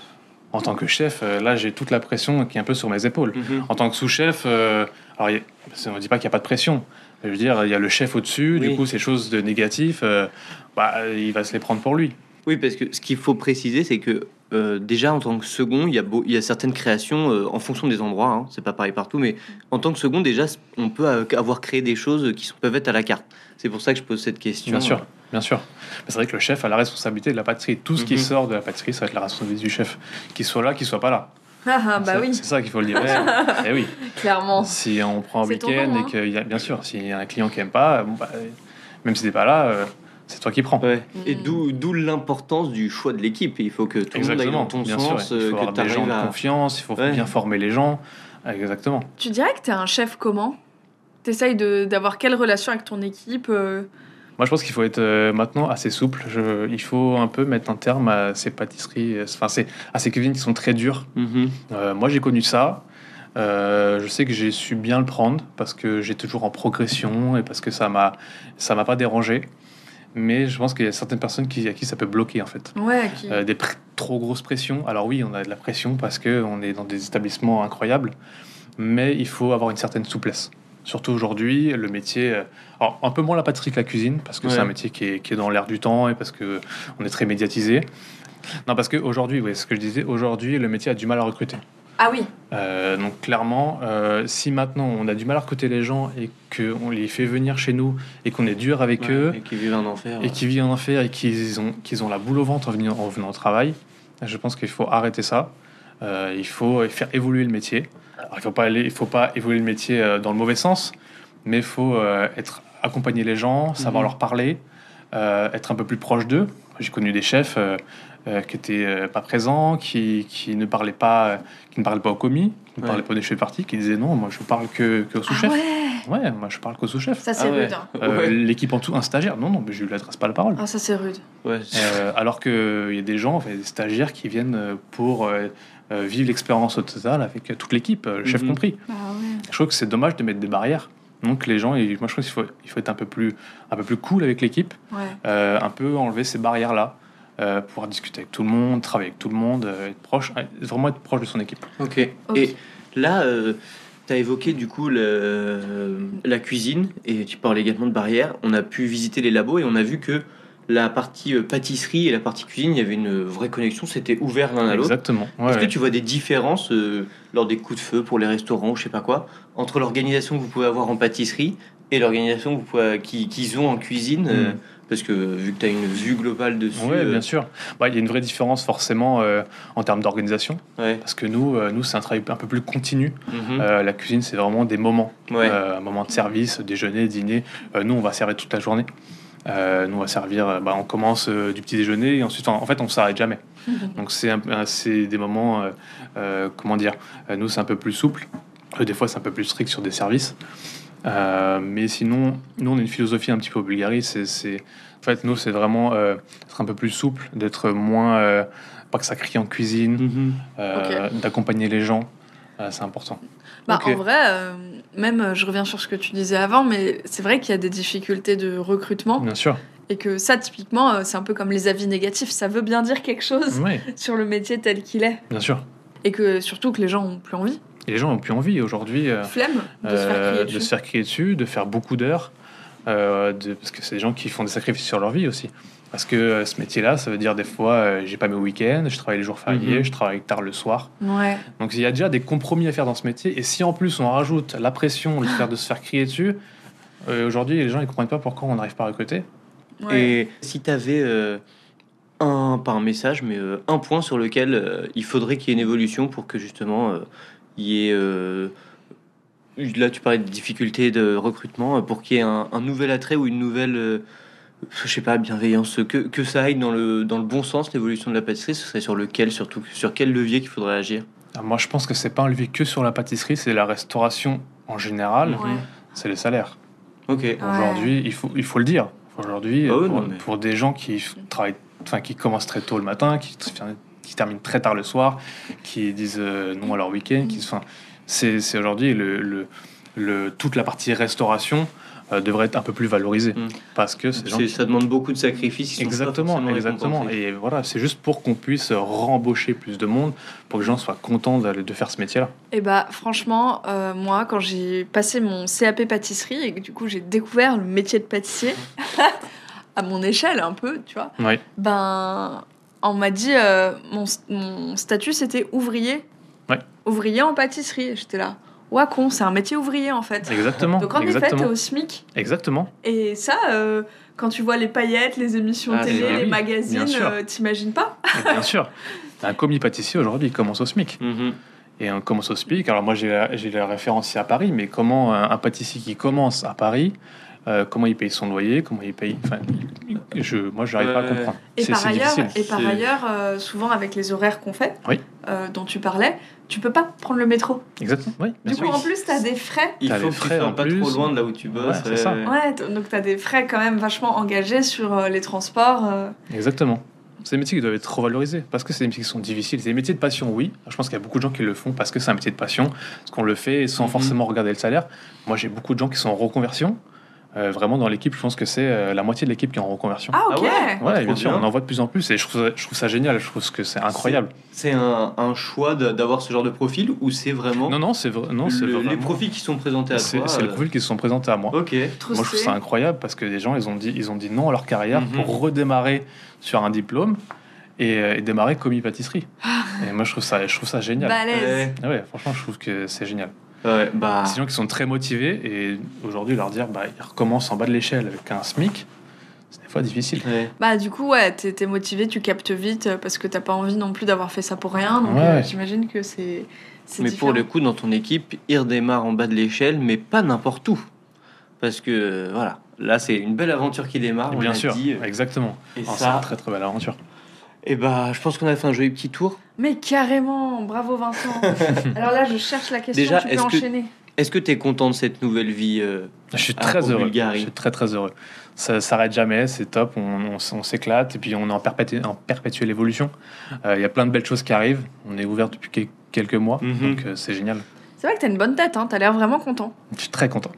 C: En tant que chef, euh, là, j'ai toute la pression qui est un peu sur mes épaules. En tant que sous-chef, euh, alors y a- on ne dit pas qu'il n'y a pas de pression. Mais Je veux dire, il y a le chef au-dessus,
A: Oui.
C: du coup, ces choses de négatif, euh, bah, il va se les prendre pour lui.
A: Oui, parce que ce qu'il faut préciser, c'est que euh, déjà en tant que second, il y a, beau- il y a certaines créations euh, en fonction des endroits, hein, c'est pas pareil partout, mais en tant que second, déjà, c- on peut euh, avoir créé des choses qui sont- peuvent être à la carte. C'est pour ça que je pose cette question.
C: Bien sûr, bien sûr. Mais C'est vrai que le chef a la responsabilité de la pâtisserie. Tout ce qui
A: Mhm.
C: sort de la pâtisserie, ça va être la responsabilité du chef. Qu'il soit là, qu'il soit pas là.
B: Ah, ah, bah
C: C'est-
B: oui,
C: C'est ça qu'il faut le dire. Eh oui.
B: clairement.
C: Si on prend un
B: C'est ton
C: week-end
B: nom,
C: et
B: hein.
C: qu'il y a, bien sûr, s'il y a un client qui aime pas, bon, bah, euh, même si t'es pas là, euh, c'est toi qui prends.
A: Ouais. Et
B: Mm.
A: d'où d'où l'importance du choix de l'équipe. Il faut que tout le monde aille dans ton
C: bien
A: sens,
C: sûr. Il
A: euh,
C: faut
A: que
C: avoir
A: tu
C: des gens
A: arrives
C: de
A: à.
C: confiance, il faut
A: Ouais.
C: bien former les gens. Exactement.
B: Tu dirais que t'es un chef comment T'essayes de- d'avoir quelle relation avec ton équipe euh,
C: Moi, je pense qu'il faut être euh, maintenant assez souple. Je- il faut un peu mettre un terme à ces pâtisseries, euh, enfin, ces- à ces cuisines qui sont très dures.
A: Mhm.
C: Euh, moi, j'ai connu ça. Euh, je sais que j'ai su bien le prendre parce que j'ai toujours en progression et parce que ça m'a, ça m'a pas dérangé. Mais je pense qu'il y a certaines personnes qui, à qui ça peut bloquer en fait.
B: Ouais, qui...
C: Euh, des pr- trop grosses pressions. Alors oui, on a de la pression parce que on est dans des établissements incroyables, mais il faut avoir une certaine souplesse. Surtout aujourd'hui, le métier, euh, alors, un peu moins la pâtisserie que la cuisine, parce que c'est
A: Ouais.
C: un métier qui est, qui est dans l'air du temps et parce que on est très médiatisé. Non, parce qu'aujourd'hui, oui, ce que je disais, aujourd'hui, le métier a du mal à recruter.
B: Ah oui,
C: Euh, donc clairement, euh, si maintenant on a du mal à recruter les gens et qu'on les fait venir chez nous et qu'on est dur avec
A: Ouais,
C: eux
A: et qui vivent un enfer.
C: et qu'ils vivent en enfer et qu'ils ont, qu'ils ont la boule au ventre en venant, en venant au travail, je pense qu'il faut arrêter ça. Euh, il faut faire évoluer le métier. Alors, il ne faut, pas aller- il faut pas évoluer le métier euh, dans le mauvais sens, mais il faut euh, être, accompagner les gens, savoir
A: Mhm.
C: leur parler, euh, être un peu plus proche d'eux. J'ai connu des chefs euh, euh, qui étaient euh, pas présents, qui, qui ne parlaient pas, euh, qui ne parlaient pas au commis, qui ne
A: Ouais.
C: parlaient pas des chefs partis, qui disaient non, moi je parle que, que au
B: Ah
C: sous-chef.
B: ouais
C: ouais. moi je parle qu'au sous-chef.
B: Ça c'est
A: Ah ouais.
B: rude. hein.
C: Euh,
A: Ouais.
C: L'équipe en tout, un stagiaire, non, non, mais je lui adresse pas la parole.
B: Ah ça c'est rude.
A: Ouais.
C: Euh, alors qu'il y a des gens, enfin, des stagiaires qui viennent euh, pour euh, euh, vivre l'expérience au total avec euh, toute l'équipe, euh, le chef
A: Mhm.
C: compris.
B: Ah ouais.
C: Je trouve que c'est dommage de mettre des barrières. Donc les gens, et moi je trouve qu'il faut, il faut être un peu plus, un peu plus cool avec l'équipe,
B: Ouais.
C: euh, un peu enlever ces barrières-là, euh, pouvoir discuter avec tout le monde, travailler avec tout le monde, euh, être proche, euh, vraiment être proche de son équipe.
A: Ok.
B: Ok.
A: Et là, tu as évoqué du coup le- la cuisine et tu parlais également de barrières. On a pu visiter les labos et on a vu que la partie euh, pâtisserie et la partie cuisine, il y avait une vraie connexion, c'était ouvert l'un à l'autre.
C: Exactement. Ouais,
A: Est-ce que
C: ouais.
A: tu vois des différences euh, lors des coups de feu pour les restaurants ou je sais pas quoi entre l'organisation que vous pouvez avoir en pâtisserie et l'organisation que vous pouvez- qui- qu'ils ont en cuisine euh,
C: Mm.
A: Parce que vu que tu as une vue globale dessus.
C: Ouais,
A: euh,
C: bien sûr. Bah, Il y a une vraie différence forcément euh, en termes d'organisation,
A: ouais.
C: parce que nous, euh, nous c'est un travail un peu plus continu.
A: Mhm.
C: Euh, la cuisine, c'est vraiment des moments.
A: Ouais.
C: Euh, un moment de service, déjeuner, dîner. Euh, nous, on va servir toute la journée. Euh, nous, on va servir, euh, bah, on commence euh, du petit déjeuner et ensuite, en, en fait, on s'arrête jamais.
A: Mhm.
C: Donc, c'est un- un- c'est des moments, euh, euh, comment dire, euh, nous, c'est un peu plus souple. Euh, des fois, c'est un peu plus strict sur des services. Euh, mais sinon, nous, on a une philosophie un petit peu au Bulgarie. C'est, c'est- en fait, nous, c'est vraiment euh, être un peu plus souple, d'être moins, euh, pas que ça crie en cuisine,
A: Mhm.
C: euh, d'accompagner les gens. Euh, c'est important.
B: Bah,
A: Ok.
B: En vrai, euh, même euh, je reviens sur ce que tu disais avant, mais c'est vrai qu'il y a des difficultés de
A: Oh.
B: recrutement
C: Bien sûr.
B: et que ça, typiquement, euh, c'est un peu comme les avis négatifs, ça veut bien dire quelque chose
C: Oui,
B: sur le métier tel qu'il est
C: bien sûr.
B: et que surtout que les gens ont plus envie,
C: Et les gens n'ont plus envie aujourd'hui euh,
B: flemme de se faire
C: euh,
B: crier
C: de se
B: dessus.
C: faire crier dessus, de faire beaucoup d'heures, euh, de- parce que c'est des gens qui font des sacrifices sur leur vie aussi. Parce que euh, ce métier-là, ça veut dire des fois, euh, j'ai pas mes week-ends, je travaille les jours fériés,
A: Mhm.
C: je travaille tard le soir.
B: Ouais.
C: Donc il y a déjà des compromis à faire dans ce métier. Et si en plus on rajoute la pression, le faire de se faire crier dessus, euh, aujourd'hui les gens ils comprennent pas pourquoi on n'arrive pas à recruter.
B: ouais.
A: Et si tu avais un, pas un message, mais euh, un point sur lequel euh, il faudrait qu'il y ait une évolution pour que justement euh, il y ait. euh, là, tu parlais de difficultés de recrutement, euh, pour qu'il y ait un, un nouvel attrait ou une nouvelle. euh, je sais pas, bienveillance, que, que ça aille dans le, dans le bon sens, l'évolution de la pâtisserie, ce serait sur lequel, surtout, sur quel levier qu'il faudrait agir
C: Alors, moi je pense que c'est pas enlevé que sur la pâtisserie, c'est la restauration en général,
B: Ouais.
C: c'est les salaires.
A: Mhm. Ok.
B: Ouais.
C: Aujourd'hui, il, faut, il faut le dire. Aujourd'hui,
A: Ah oui,
C: pour,
A: non, mais-
C: pour des gens qui f- travaillent, enfin qui commencent très tôt le matin, qui, tr- qui terminent très tard le soir, qui disent euh, non à leur week-end, qui, se- enfin, c'est, c'est aujourd'hui le, le, le- toute la partie restauration euh, devrait être un peu plus valorisée
A: Mm.
C: parce que ces gens
A: C'est-
C: qui-
A: Ça demande beaucoup de sacrifices. qui sont pas
C: Exactement,
A: forcément
C: exactement.
A: récompensés.
C: Et voilà, c'est juste pour qu'on puisse rembaucher plus de monde, pour que les gens soient contents d'aller- de faire ce métier-là.
B: Et bah franchement, euh, moi quand j'ai passé mon CAP pâtisserie et que du coup j'ai découvert le métier de pâtissier, à mon échelle un peu, tu vois,
C: Oui.
B: ben on m'a dit euh, mon, mon statut c'était ouvrier.
C: Ouais.
B: Ouvrier en pâtisserie. Et J'étais là, ouah con, c'est un métier ouvrier en fait.
C: Exactement.
B: Donc en effet, t'es
C: exactement.
B: au SMIC.
C: Exactement.
B: Et ça, euh, quand tu vois les paillettes, les émissions
A: Ah,
B: télé,
A: bah
B: les
C: oui, bien
B: magazines,
C: sûr.
B: euh, t'imagines pas
C: Et bien sûr. Un commis pâtissier aujourd'hui il commence au SMIC.
A: Mhm.
C: Et euh, on commence au SPIC. Alors moi, j'ai la, j'ai la référence ici à Paris, mais comment un, un pâtissier qui commence à Paris, euh, comment il paye son loyer, comment il paye... Enfin, je, moi, je n'arrive pas à
A: Ouais.
C: comprendre.
B: Et
C: C'est
B: par
C: c'est
B: ailleurs,
C: difficile.
B: et par
A: C'est-
B: ailleurs euh, souvent avec les horaires qu'on fait,
C: Oui.
B: euh, dont tu parlais, tu peux pas prendre le métro.
C: Exactement. Oui, bien
B: Du
C: sûr.
B: coup, en plus, t'as des frais.
A: Il
C: T'as
A: faut
C: les
A: que tu
C: frais en
A: sois pas
C: plus.
A: trop loin de là où tu bosses.
C: Ouais, c'est ça.
B: Ouais, t- donc t'as des frais quand même vachement engagés sur euh, les transports. euh.
C: Exactement. C'est des métiers qui doivent être revalorisés parce que c'est des métiers qui sont difficiles. C'est des métiers de passion, oui. Je pense qu'il y a beaucoup de gens qui le font parce que c'est un métier de passion, parce qu'on le fait sans
A: Mhm.
C: forcément regarder le salaire. Moi, j'ai beaucoup de gens qui sont en reconversion. Euh, vraiment, dans l'équipe, je pense que c'est euh, la moitié de l'équipe qui est en reconversion.
B: Ah, ok
A: Ah ouais.
C: ouais,
A: trop
C: bien sûr,
A: bien.
C: on en voit de plus en plus et je trouve ça, je trouve ça génial. Je trouve que c'est incroyable.
A: C'est un, un choix de- d'avoir ce genre de profil ou c'est vraiment
C: Non, non, c'est vrai. Non, c'est
A: le-
C: vraiment-
A: les profils qui sont présentés à
C: C'est
A: toi
C: c'est le
A: euh,
C: profil qui se sont présentés à moi.
A: Ok.
B: Trop
C: Moi, je trouve
B: stylé.
C: ça incroyable parce que des gens, ils ont dit, ils ont dit non à leur carrière
A: Mhm.
C: pour redémarrer sur un diplôme et, euh, et démarrer commis pâtisserie.
A: Ah.
C: et moi, je trouve ça, je trouve ça génial.
A: Bah.
B: Balèze.
A: Ouais,
C: Ah ouais, franchement, je trouve que c'est génial.
A: ouais, bah,
C: Ces gens qui sont très motivés et aujourd'hui, leur dire, bah, ils recommencent en bas de l'échelle avec un SMIC, c'est des fois difficile.
A: ouais.
B: Bah du coup ouais, t'es t'es motivé, tu captes vite euh, parce que t'as pas envie non plus d'avoir fait ça pour rien. Donc
C: Ouais.
B: euh, j'imagine que c'est. c'est
A: Mais
B: différent.
A: pour le coup, dans ton équipe, il redémarre en bas de l'échelle, mais pas n'importe où. Parce que, euh, voilà, Là, c'est une belle aventure qui démarre.
C: Et
A: Ah, on
C: bien
A: l'a
C: sûr,
A: dit. euh,
C: exactement.
A: Et
C: Ah, C'est
A: ça,
C: une très très belle aventure.
A: et bah, je pense qu'on a fait un joli petit tour.
B: Mais carrément, bravo Vincent. Alors là, je cherche la question,
A: Déjà,
B: tu peux
A: est-ce que-
B: enchaîner.
A: Est-ce que tu es content de cette nouvelle vie euh,
C: Je suis
A: Ah,
C: très
A: en
C: heureux.
A: Bulgarie.
C: Je suis très très heureux. Ça s'arrête jamais, c'est top. On, on s- on s'éclate et puis on est en, perpétu- en perpétuelle évolution. Euh, Il y a plein de belles choses qui arrivent. On est ouvert depuis quel- quelques mois,
A: Mhm.
C: donc euh, c'est génial.
B: C'est vrai que t'as une bonne tête, hein, t'as l'air vraiment content.
C: Je suis très content.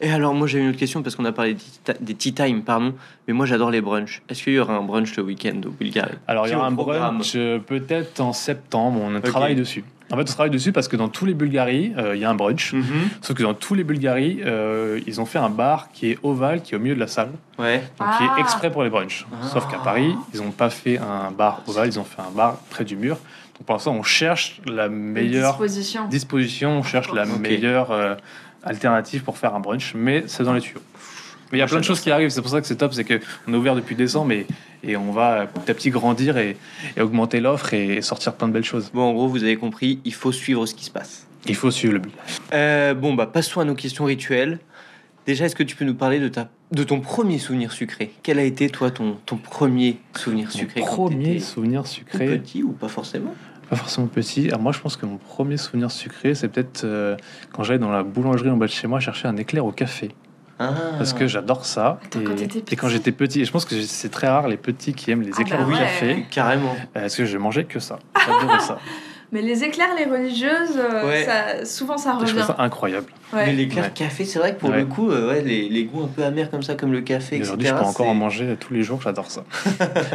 A: Et alors, moi, j'ai une autre question parce qu'on a parlé des tea ti- des tea time, pardon. Mais moi, j'adore les brunchs. Est-ce qu'il y aura un brunch le week-end au Bulgarie
C: Alors il y
A: C'est
C: aura
A: au
C: un
A: programme.
C: brunch euh, peut-être en septembre. On travaille dessus. En fait, on travaille dessus parce que dans tous les Bulgaries, euh, il y a un
A: Mhm.
C: brunch.
A: Mm-hmm.
C: Sauf que dans tous les Bulgaries, euh, ils ont fait un bar qui est ovale, qui est au milieu de la salle, donc
A: Ouais.
C: qui
B: Ah.
C: est exprès pour les brunchs. Sauf qu'à Paris, ils n'ont pas fait un bar ovale, ils ont fait un bar près du mur. Donc pour l'instant, on cherche la meilleure
B: Disposition.
C: disposition, on cherche la
A: Ok.
C: meilleure euh, alternative pour faire un brunch, mais c'est dans les tuyaux. Mais il y a plein de choses qui arrivent, c'est pour ça que c'est top, c'est que on est ouvert depuis décembre et, et on va euh, petit à petit grandir et, et augmenter l'offre et sortir plein de belles choses.
A: Bon, en gros, vous avez compris, il faut suivre ce qui se passe.
C: Il faut suivre le but.
A: Euh, bon, bah, passons à nos questions rituelles. Déjà, est-ce que tu peux nous parler de, ta, de ton premier souvenir sucré Quel a été, toi, ton, ton premier souvenir sucré
C: Mon
A: quand
C: premier
A: t'étais
C: souvenir sucré.
A: Petit ou pas forcément
C: Pas forcément petit. Alors moi, je pense que mon premier souvenir sucré, c'est peut-être euh, quand j'allais dans la boulangerie en bas de chez moi chercher un éclair au café.
A: Ah.
C: Parce que j'adore ça.
B: Attends,
C: et,
B: quand t'étais
C: et
B: petit
C: quand j'étais petit, et je pense que j'ai- c'est très rare les petits qui aiment les
B: Ah
C: éclairs
B: bah
C: au
B: ouais.
C: café.
A: Carrément.
C: Euh, Parce que je mangeais que ça.
A: Ah,
C: J'adorais ça.
B: Mais les éclairs, les religieuses, euh,
A: Ouais.
B: ça- souvent ça
C: Et je
B: revient.
C: trouve ça incroyable.
B: Ouais.
A: Mais l'éclair
C: Ouais.
A: café, c'est vrai que pour
C: Ouais.
A: le coup, euh, ouais, les, les goûts un peu amers comme ça, comme le café,
C: Et
A: etc.
C: aujourd'hui, je peux encore en
A: c'est-
C: manger tous les jours. J'adore ça.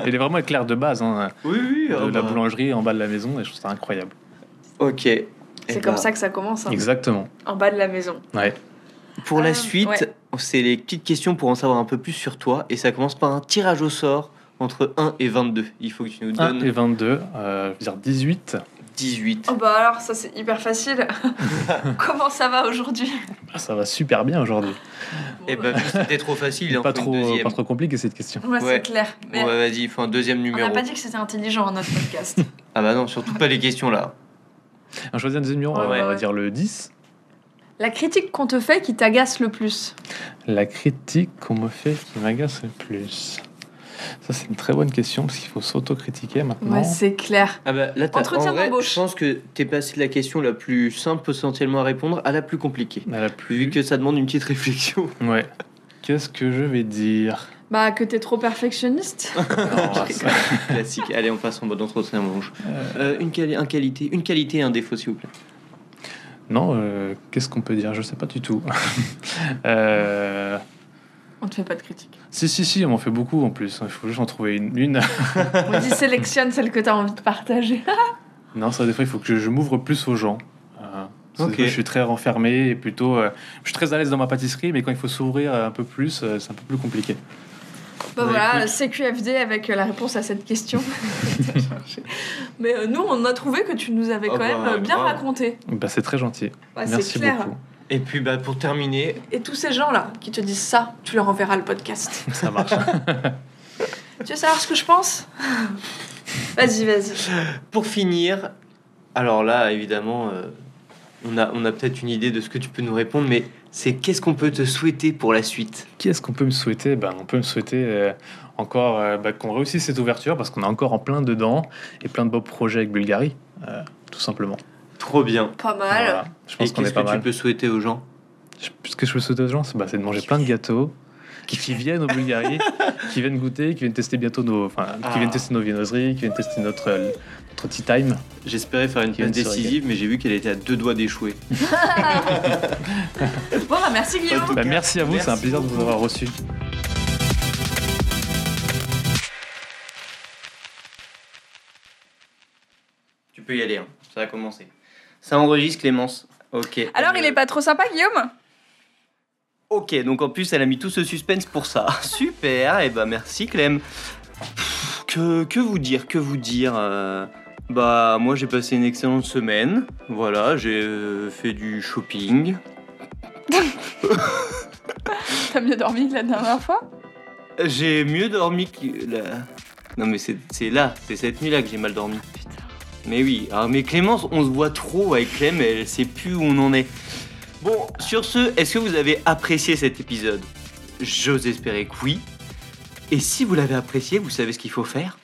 C: Il est vraiment éclair de base, hein,
A: Oui, oui.
C: de
A: ah
C: la
A: bah.
C: boulangerie en bas de la maison. Et je trouve ça incroyable.
A: Ok. Eh
B: C'est comme
A: bah,
B: ça que ça commence, hein,
C: Exactement.
B: en bas de la maison.
C: Ouais.
A: Pour
B: Ah,
A: la suite,
B: ouais.
A: c'est les petites questions pour en savoir un peu plus sur toi. Et ça commence par un tirage au sort entre 1 et 22. Il faut que tu nous
C: 1
A: donnes
C: et 22, euh, je veux dire 18.
A: 18.
B: Oh bah alors, ça c'est hyper facile. Comment ça va aujourd'hui
C: Ça va super bien aujourd'hui.
A: Eh ben, c'était trop facile. il en
C: Pas
A: faut une
C: trop, euh,
A: deuxième.
C: pas trop compliqué cette question.
B: Ouais,
A: Ouais.
B: c'est clair. Mais
A: Bon, bah, vas-y, il faut un deuxième
B: on
A: numéro.
B: n'a pas dit que c'était intelligent, hein, notre podcast.
A: Ah bah non, surtout pas les questions là.
C: On choisit un deuxième numéro,
B: Ouais,
C: on
B: ouais,
C: va
B: ouais.
C: dire le 10.
B: La critique qu'on te fait qui t'agace le plus
C: La critique qu'on me fait qui m'agace le plus Ça, c'est une très bonne question parce qu'il faut s'autocritiquer maintenant.
B: Ouais, c'est clair.
A: Ah bah là, t'as-
B: Entretien
A: en vrai,
B: d'embauche.
A: je pense que t'es passé de la question la plus simple potentiellement à répondre à la plus compliquée.
C: À la plus.
A: Vu que ça demande une petite réflexion.
C: Ouais. Qu'est-ce que je vais dire
B: Bah, que t'es trop perfectionniste.
C: Non, Oh, ça-
A: Classique. Allez, on passe en mode entretien d'embauche. Euh, une, quali- un qualité, une qualité et un défaut, s'il vous plaît.
C: Non, euh, qu'est-ce qu'on peut dire Je sais pas du tout. Euh,
B: On te fait pas de critique.
C: Si, si, si, on m'en fait beaucoup en plus. Il faut juste en trouver une. une.
B: On dit sélectionne celle que t'as envie de partager.
C: Non, ça, des fois, il faut que je m'ouvre plus aux gens. Euh, parce que
A: Ok.
C: Je suis très renfermé et plutôt. euh, je suis très à l'aise dans ma pâtisserie, mais quand il faut s'ouvrir un peu plus, euh, c'est un peu plus compliqué.
B: Bah
C: Bah,
B: voilà,
C: écoute.
B: CQFD avec euh, la réponse à cette question. Mais euh, nous, on a trouvé que tu nous avais
A: Ah
B: quand
A: bah,
B: même euh, bien
A: grave.
B: raconté.
C: Bah, c'est très gentil.
B: Bah, c'est
C: Merci
B: clair.
C: beaucoup.
A: Et puis, bah, pour terminer,
B: Et tous ces gens-là qui te disent ça, tu leur enverras le podcast.
C: Ça marche.
A: hein.
B: tu veux savoir ce que je pense Vas-y, vas-y.
A: pour finir, alors là, évidemment, euh, on a, on a peut-être une idée de ce que tu peux nous répondre, mais c'est qu'est-ce qu'on peut te souhaiter pour la suite
C: Qu'est-ce qu'on peut me souhaiter ben, On peut me souhaiter euh, encore euh, bah, qu'on réussisse cette ouverture parce qu'on est encore en plein dedans et plein de beaux projets avec Bulgarie, euh, tout simplement.
A: Trop bien.
B: Pas mal.
C: Voilà. Je
A: Et
C: pense qu'on
A: qu'est-ce
C: est
A: que
C: pas
A: tu
C: mal.
A: peux souhaiter aux gens
C: Je- Ce que je peux souhaiter aux gens, c'est bah, c'est de manger plein de gâteaux, qui, qui viennent aux Bulgaries, qui viennent goûter, qui viennent tester bientôt nos, enfin,
A: Ah.
C: qui viennent tester nos viennoiseries, qui viennent tester notre, euh, notre tea time.
A: J'espérais faire une
C: Qui va
A: passe
C: se régaler.
A: décisive, mais j'ai vu qu'elle était à deux doigts d'échouer.
B: Bon, bah merci Guillaume.
C: Bah, merci à vous, c'est un
A: Merci
C: plaisir de vous
A: beaucoup.
C: avoir reçu.
A: Tu peux y aller, hein. ça a commencé. Ça enregistre, Clémence. Ok.
B: Alors,
A: Euh,
B: il est pas trop sympa, Guillaume
A: Ok, donc en plus, elle a mis tout ce suspense pour ça. Super, et bah merci Clem. Pff, Que, que vous dire, que vous dire euh, Bah, moi j'ai passé une excellente semaine. Voilà, j'ai euh, fait du shopping.
B: T'as mieux dormi que la dernière fois
A: J'ai mieux dormi que. la- Non, mais c'est c'est là, c'est cette nuit-là que j'ai mal dormi.
B: Putain.
A: Mais oui, alors, mais Clémence, on se voit trop avec Clem, elle sait plus où on en est. Bon, sur ce, est-ce que vous avez apprécié cet épisode J'ose espérer que oui. Et si vous l'avez apprécié, vous savez ce qu'il faut faire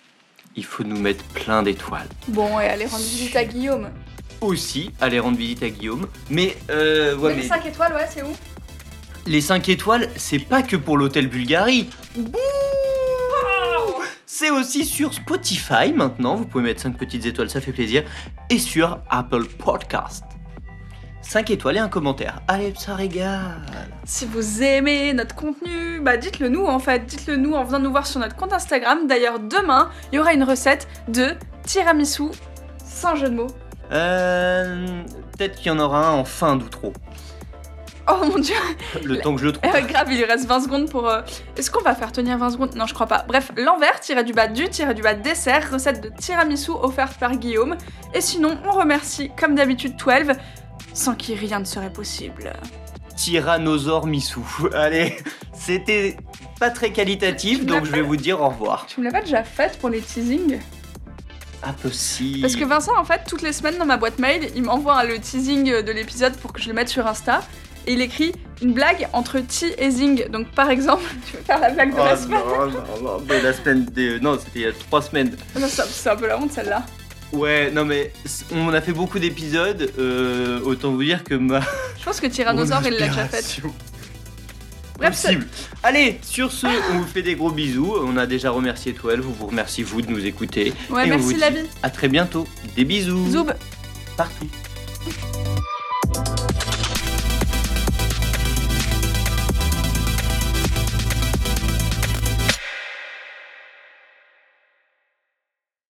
A: Il faut nous mettre plein d'étoiles.
B: Bon, et allez rendre visite à Guillaume.
A: Aussi, allez rendre visite à Guillaume. Mais, euh, ouais,
B: Mais
A: mais
B: les 5 étoiles, ouais, c'est où
A: les 5 étoiles, c'est pas que pour l'hôtel Bulgarie. Bouh C'est aussi sur Spotify maintenant. Vous pouvez mettre 5 petites étoiles, ça fait plaisir. Et sur Apple Podcast. 5 étoiles et un commentaire. Allez, ça régale.
D: Si vous aimez notre contenu, bah dites-le nous en fait, dites-le nous en venant nous voir sur notre compte Instagram. D'ailleurs, demain, il y aura une recette de tiramisu
B: Sans jeu de mots.
A: Euh, Peut-être qu'il y en aura un en fin d'outro.
D: Oh mon dieu
A: Le temps que je le trouve.
D: Euh, Grave, il lui reste 20 secondes pour... euh, Est-ce qu'on va faire tenir 20 secondes Non, je crois pas. Bref, l'envers, tiré du bas du, tiré du bas dessert, recette de tiramisu offerte par Guillaume. Et sinon, on remercie, comme d'habitude, 12, sans qui rien ne serait possible.
A: Tyrannosaure Missou. Allez, c'était pas très qualitatif, donc je vais vous dire au revoir.
D: Tu me l'as pas déjà faite pour les teasings
A: Impossible.
D: Parce que Vincent, en fait, toutes les semaines dans ma boîte mail, il m'envoie le teasing de l'épisode pour que je le mette sur Insta. Et il écrit une blague entre ti et zing. Donc, par exemple, tu veux faire la blague de la
A: Oh
D: semaine
A: non, non, non, mais la semaine des... Non, c'était il y a trois semaines.
D: Non, ça- C'est un peu la honte celle-là.
A: Ouais, non mais c- on a fait beaucoup d'épisodes, euh, autant vous dire que ma...
D: Je pense que Tyrannosaure, il l'a déjà faite. Bref, c'est-
A: Impossible. Allez, sur ce, on vous fait des gros bisous. On a déjà remercié Toel, vous vous remercie vous de nous écouter.
D: Ouais,
A: Et on
D: merci
A: vous
D: la
A: dit
D: vie.
A: À très bientôt. Des bisous.
D: Zoub
A: Partout.